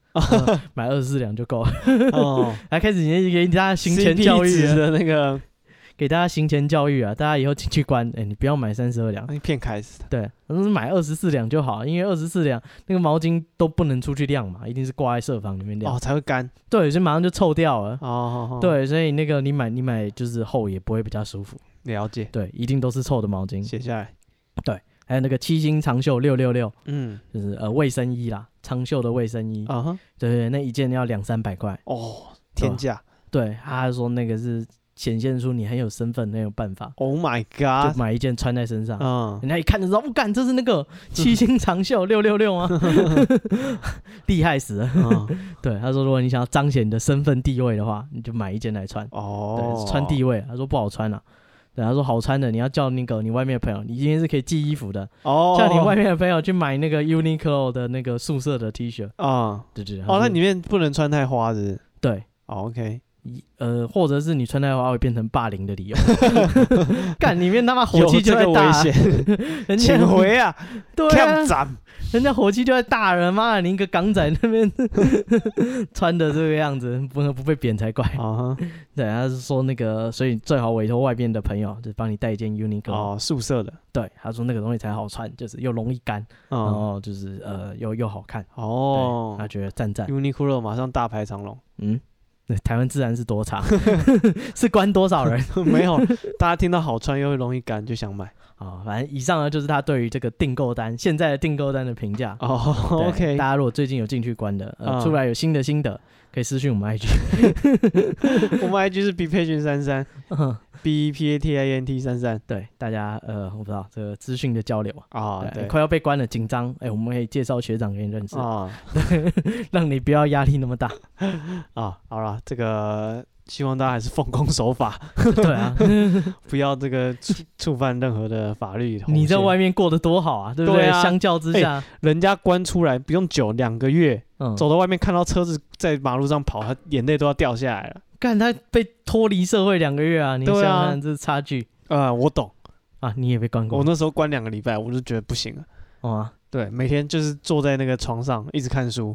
Speaker 2: 嗯买二十四两就够了。
Speaker 1: 哦。
Speaker 2: 还开始给给大家行前
Speaker 1: CP
Speaker 2: 教育
Speaker 1: 值
Speaker 2: 了，
Speaker 1: 的那个
Speaker 2: 给大家行前教育啊！大家以后进去 关，哎、你不要买三十二两，
Speaker 1: 哎骗开始的
Speaker 2: 对，但是买二十四两就好，因为二十四两那个毛巾都不能出去晾嘛，一定是挂在设房里面晾。
Speaker 1: 哦才会干
Speaker 2: 对，有些马上就臭掉了。
Speaker 1: 哦哦。哦，
Speaker 2: 对，所以那个你买你买就是厚也不会比较舒服，
Speaker 1: 了解，
Speaker 2: 对，一定都是臭的毛巾。
Speaker 1: 写下来。
Speaker 2: 还有那个七星长袖六六六，
Speaker 1: 嗯
Speaker 2: 就是呃卫生衣啦，长袖的卫生衣，
Speaker 1: 啊哈，
Speaker 2: 对对，对那一件要两三百块。
Speaker 1: 哦天价
Speaker 2: 对，他还说那个是显现出你很有身份，很有办法，
Speaker 1: ，Oh my
Speaker 2: 就
Speaker 1: god，
Speaker 2: 买一件穿在身上。
Speaker 1: 嗯
Speaker 2: 人家一看就知道，我、干，这是那 个七星长袖六六六 吗？厉害死了！
Speaker 1: 嗯
Speaker 2: 对，他说，如果你想要彰显你的身份地位的话，你就买一件来穿。
Speaker 1: 哦
Speaker 2: 对，，穿地位，他说不好穿啊。对，他说好穿的，你要叫那个你外面的朋友，你今天是可以寄衣服的，
Speaker 1: 哦，
Speaker 2: 叫你外面的朋友去买那个 Uniqlo 的那个宿舍的 T 恤。
Speaker 1: 啊
Speaker 2: 对对，对他
Speaker 1: 哦，那
Speaker 2: 说
Speaker 1: 里面不能穿太花是不是
Speaker 2: 对。
Speaker 1: 哦，OK，
Speaker 2: 一呃，或者是你穿太花会变成霸凌的理由， 干里面他妈火气就
Speaker 1: 有这个危
Speaker 2: 在大，
Speaker 1: 险，
Speaker 2: 人家
Speaker 1: 请回啊，
Speaker 2: 对啊
Speaker 1: 看，展
Speaker 2: 人家火气就在大人，妈的，你一个港仔那边穿的这个样子，不能不被扁才怪。
Speaker 1: 啊哈，
Speaker 2: 对，他是说那个，所以最好委托外边的朋友，就帮你带一件 Uniqlo、
Speaker 1: 哦，宿舍的，
Speaker 2: 对，他说那个东西才好穿，就是又容易干，然
Speaker 1: 哦
Speaker 2: 后就是呃又又好看。对
Speaker 1: 哦
Speaker 2: 他觉得赞赞。
Speaker 1: ，Uniqlo 马上大排长龙，
Speaker 2: 嗯，那台湾治安是多差， 是关多少人
Speaker 1: 没有，大家听到好穿又容易干就想买
Speaker 2: 啊、反正以上呢就是他对于这个订购单现在的订购单的评价。
Speaker 1: 哦。
Speaker 2: 对
Speaker 1: OK，
Speaker 2: 大家如果最近有进去关的，呃，
Speaker 1: 嗯
Speaker 2: 出来有新的心得，可以私信我 们 IG。
Speaker 1: 我们 IG 是 b patient 三三 b e p a t i n t 三三
Speaker 2: 对大家，呃，我不知道这个资讯的交流啊，
Speaker 1: 啊，
Speaker 2: 对，
Speaker 1: 对
Speaker 2: 快要被关了，紧张，哎、我们可以介绍学长给你认识，
Speaker 1: 啊
Speaker 2: 让你不要压力 那么大。
Speaker 1: 啊，好了，这个希望大家还是奉公守法，
Speaker 2: 对啊，
Speaker 1: 不要这个触触犯任何的法律。
Speaker 2: 你在
Speaker 1: 红线
Speaker 2: 外面过得多好啊，对不
Speaker 1: 对啊
Speaker 2: 相较之下，
Speaker 1: 人家关出来不用久，两个月，
Speaker 2: 嗯，
Speaker 1: 走到外面看到车子在马路上跑，他眼泪都要掉下来了。
Speaker 2: 干他被脱离社会两个月啊，你想
Speaker 1: 对啊
Speaker 2: 想看这差距
Speaker 1: 啊，我懂，
Speaker 2: 啊，你也被关过，
Speaker 1: 我那时候关两个礼拜，我就觉得不行了。
Speaker 2: 哦啊
Speaker 1: 对，每天就是坐在那个床上一直看书，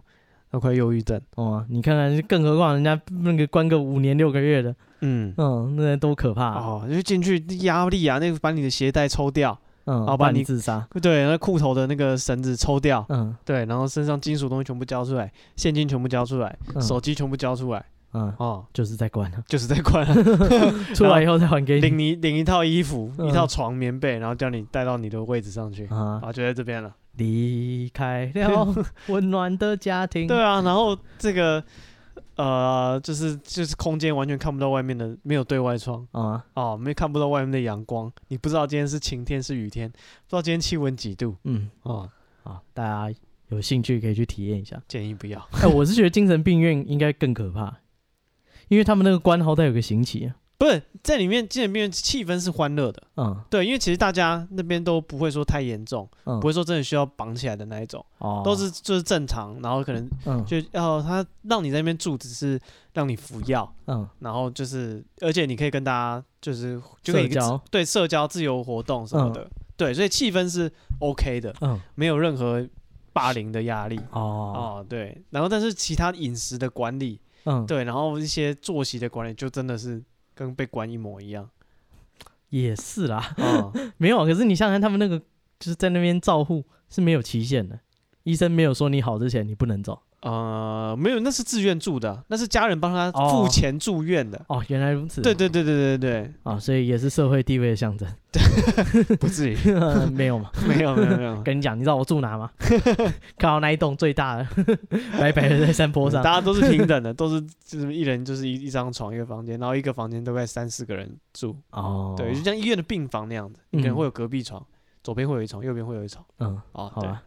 Speaker 1: 都快忧郁症。
Speaker 2: 哦啊，你看看，更何况人家那个关个五年六个月的，
Speaker 1: 嗯，
Speaker 2: 嗯，那多可怕、啊，
Speaker 1: 哦，就进去压力啊，那个把你的鞋带抽掉，
Speaker 2: 嗯，
Speaker 1: 好吧
Speaker 2: 不然
Speaker 1: 你
Speaker 2: 你自杀，
Speaker 1: 对，那裤头的那个绳子抽掉，
Speaker 2: 嗯
Speaker 1: 对，然后身上金属东西全部交出来，现金全部交出来，
Speaker 2: 嗯
Speaker 1: 手机全部交出来，
Speaker 2: 嗯，
Speaker 1: 哦，
Speaker 2: 就是在关 啊，
Speaker 1: 就是在关啊
Speaker 2: 出来以后再还给你
Speaker 1: 领你领一套衣服，
Speaker 2: 嗯
Speaker 1: 一套床棉被，然后叫你带到你的位置上去，
Speaker 2: 啊，
Speaker 1: 啊，就在这边了。
Speaker 2: 离开了 温暖的家庭，
Speaker 1: 对啊，然后这个呃，就是就是空间完全看不到外面的，没有对外窗。
Speaker 2: 啊，
Speaker 1: 哦，没看不到外面的阳光，你不知道今天是晴天是雨天，不知道今天气温几度
Speaker 2: 嗯，
Speaker 1: 哦，
Speaker 2: 好，大家有兴趣可以去体验一 下。
Speaker 1: 建议不要。
Speaker 2: 哎、我是觉得精神病院应该更可怕，因为他们那个关好歹有个刑期啊。
Speaker 1: 不是在里面精神病院气氛是欢乐的，
Speaker 2: 嗯
Speaker 1: 对，因为其实大家那边都不会说太严重，
Speaker 2: 嗯，
Speaker 1: 不会说真的需要绑起来的那一种，
Speaker 2: 哦，
Speaker 1: 都是就是正常，然后可能
Speaker 2: 嗯
Speaker 1: 就要、他让你在那边住，只是让你服药，
Speaker 2: 嗯
Speaker 1: 然后就是而且你可以跟大家就是就可以
Speaker 2: 社交
Speaker 1: 对社交自由活动什么的，对，所以气氛是 OK 的，
Speaker 2: 嗯
Speaker 1: 没有任何霸凌的压力。
Speaker 2: 哦
Speaker 1: 哦，对，然后但是其他饮食的管理，
Speaker 2: 嗯，
Speaker 1: 对，然后一些作息的管理，就真的是跟被关一模一 样。
Speaker 2: 也是啦，
Speaker 1: 哦，
Speaker 2: 没有啊。可是你想想看，他们那个就是在那边照护是没有期限的，医生没有说你好之前你不能走。
Speaker 1: 呃，没有，那是自愿住的，啊那是家人帮他
Speaker 2: 哦
Speaker 1: 付钱住院的。
Speaker 2: 哦，原来如此。
Speaker 1: 对对对对对
Speaker 2: 啊，所以也是社会地位的象征。
Speaker 1: 对，不至于，
Speaker 2: 没有嘛？
Speaker 1: 没有没有没有。
Speaker 2: 跟你讲，你知道我住哪吗？ 看到那一栋最大的， 白白的在山坡上
Speaker 1: 嗯大。家都是平 等的，都是就是一人就是一一张床一个房间，然后一个房间大概三四个人住，
Speaker 2: 哦，
Speaker 1: 对，就像医院的病房那样子，
Speaker 2: 嗯
Speaker 1: 可能会有隔壁床，左边会有一床，右边会有一床，
Speaker 2: 嗯，
Speaker 1: 哦，
Speaker 2: 好
Speaker 1: 对
Speaker 2: 吧，好啊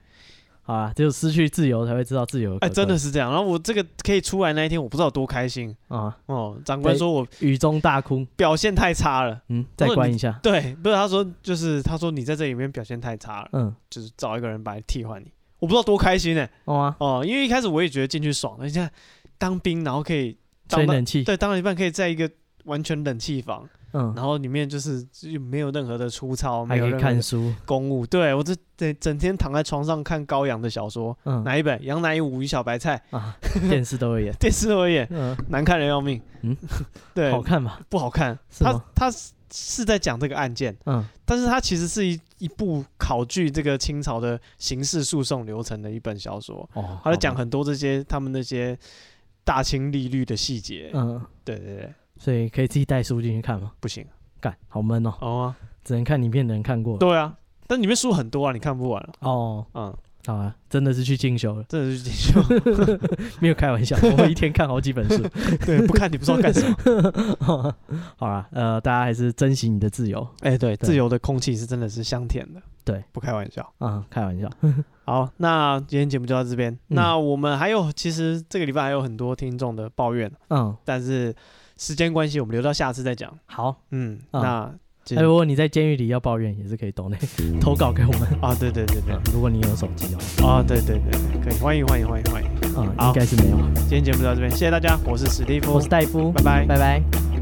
Speaker 2: 吧，只有失去自由才会知道自由可
Speaker 1: 哎，
Speaker 2: 贵
Speaker 1: 真的是这样。然后我这个可以出来那一天，我不知道有多开心
Speaker 2: 啊，
Speaker 1: 哦。长官
Speaker 2: 对
Speaker 1: 说我
Speaker 2: 雨中大哭，
Speaker 1: 表现太差了。
Speaker 2: 嗯，再关一下，
Speaker 1: 对，不是他说，就是他说你在这里面表现太差了，
Speaker 2: 嗯，
Speaker 1: 就是找一个人把你替换你。我不知道多开心呢、
Speaker 2: 哦啊，
Speaker 1: 哦，因为一开始我也觉得进去爽，人家当兵然后可以
Speaker 2: 吹
Speaker 1: 当到
Speaker 2: 冷气，
Speaker 1: 对当了一半可以在一个完全冷气房，
Speaker 2: 嗯，
Speaker 1: 然后里面就是就没有任何的粗糙，没
Speaker 2: 还
Speaker 1: 有
Speaker 2: 可以
Speaker 1: 任何
Speaker 2: 看
Speaker 1: 的
Speaker 2: 书，
Speaker 1: 公务。对我这整整天躺在床上看高阳的小说，
Speaker 2: 嗯
Speaker 1: 哪一本？杨乃武与小白菜，
Speaker 2: 啊，电视都会演，
Speaker 1: 电视而言
Speaker 2: 嗯，
Speaker 1: 难看的要命。
Speaker 2: 嗯
Speaker 1: 对，
Speaker 2: 好看吧？
Speaker 1: 不好看？
Speaker 2: 是
Speaker 1: 他
Speaker 2: 吗
Speaker 1: 他是是在讲这个案件。
Speaker 2: 嗯，
Speaker 1: 但是它其实是一一部考据这个清朝的刑事诉讼流程的一本小说，
Speaker 2: 哦，
Speaker 1: 它在讲
Speaker 2: 好吧，
Speaker 1: 很多这些他们那些大清利率的细节。
Speaker 2: 嗯，
Speaker 1: 对对对，
Speaker 2: 所以可以自己带书进去看吗？
Speaker 1: 不行
Speaker 2: 干，好闷哦，
Speaker 1: 哦、啊，
Speaker 2: 只能看影片的人看过，
Speaker 1: 对啊，但里面书很多啊，你看不完了、
Speaker 2: 哦，
Speaker 1: 嗯，
Speaker 2: 好啊，真的是去进修了，
Speaker 1: 真的是进修，
Speaker 2: 没有开玩笑，我一天看好几本书，
Speaker 1: 对，不看你不知道干什 么。
Speaker 2: 好啦，呃，大家还是珍惜你的自由
Speaker 1: 哎、对，自由的空气是真的是香甜的，
Speaker 2: 对，
Speaker 1: 不开玩笑。
Speaker 2: 啊，开玩笑，
Speaker 1: 好，那今天节目就到这边。
Speaker 2: 嗯
Speaker 1: 那我们还有，其实这个礼拜还有很多听众的抱怨，
Speaker 2: 嗯，
Speaker 1: 但是时间关系，我们留到下次再讲。
Speaker 2: 好。
Speaker 1: 嗯，
Speaker 2: 啊
Speaker 1: 那今
Speaker 2: 哎，如果你在监狱里要抱怨，也是可以 懂的，投稿给我们。
Speaker 1: 啊，对对对对，
Speaker 2: 如果你有手机的话，
Speaker 1: 啊，对对对对，可以，欢迎欢迎欢迎欢迎。
Speaker 2: 啊、
Speaker 1: 好
Speaker 2: 应该是没有。
Speaker 1: 今天节目就到这边，谢谢大家，我是史蒂夫
Speaker 2: 我是，戴夫，
Speaker 1: 拜拜。
Speaker 2: 拜拜。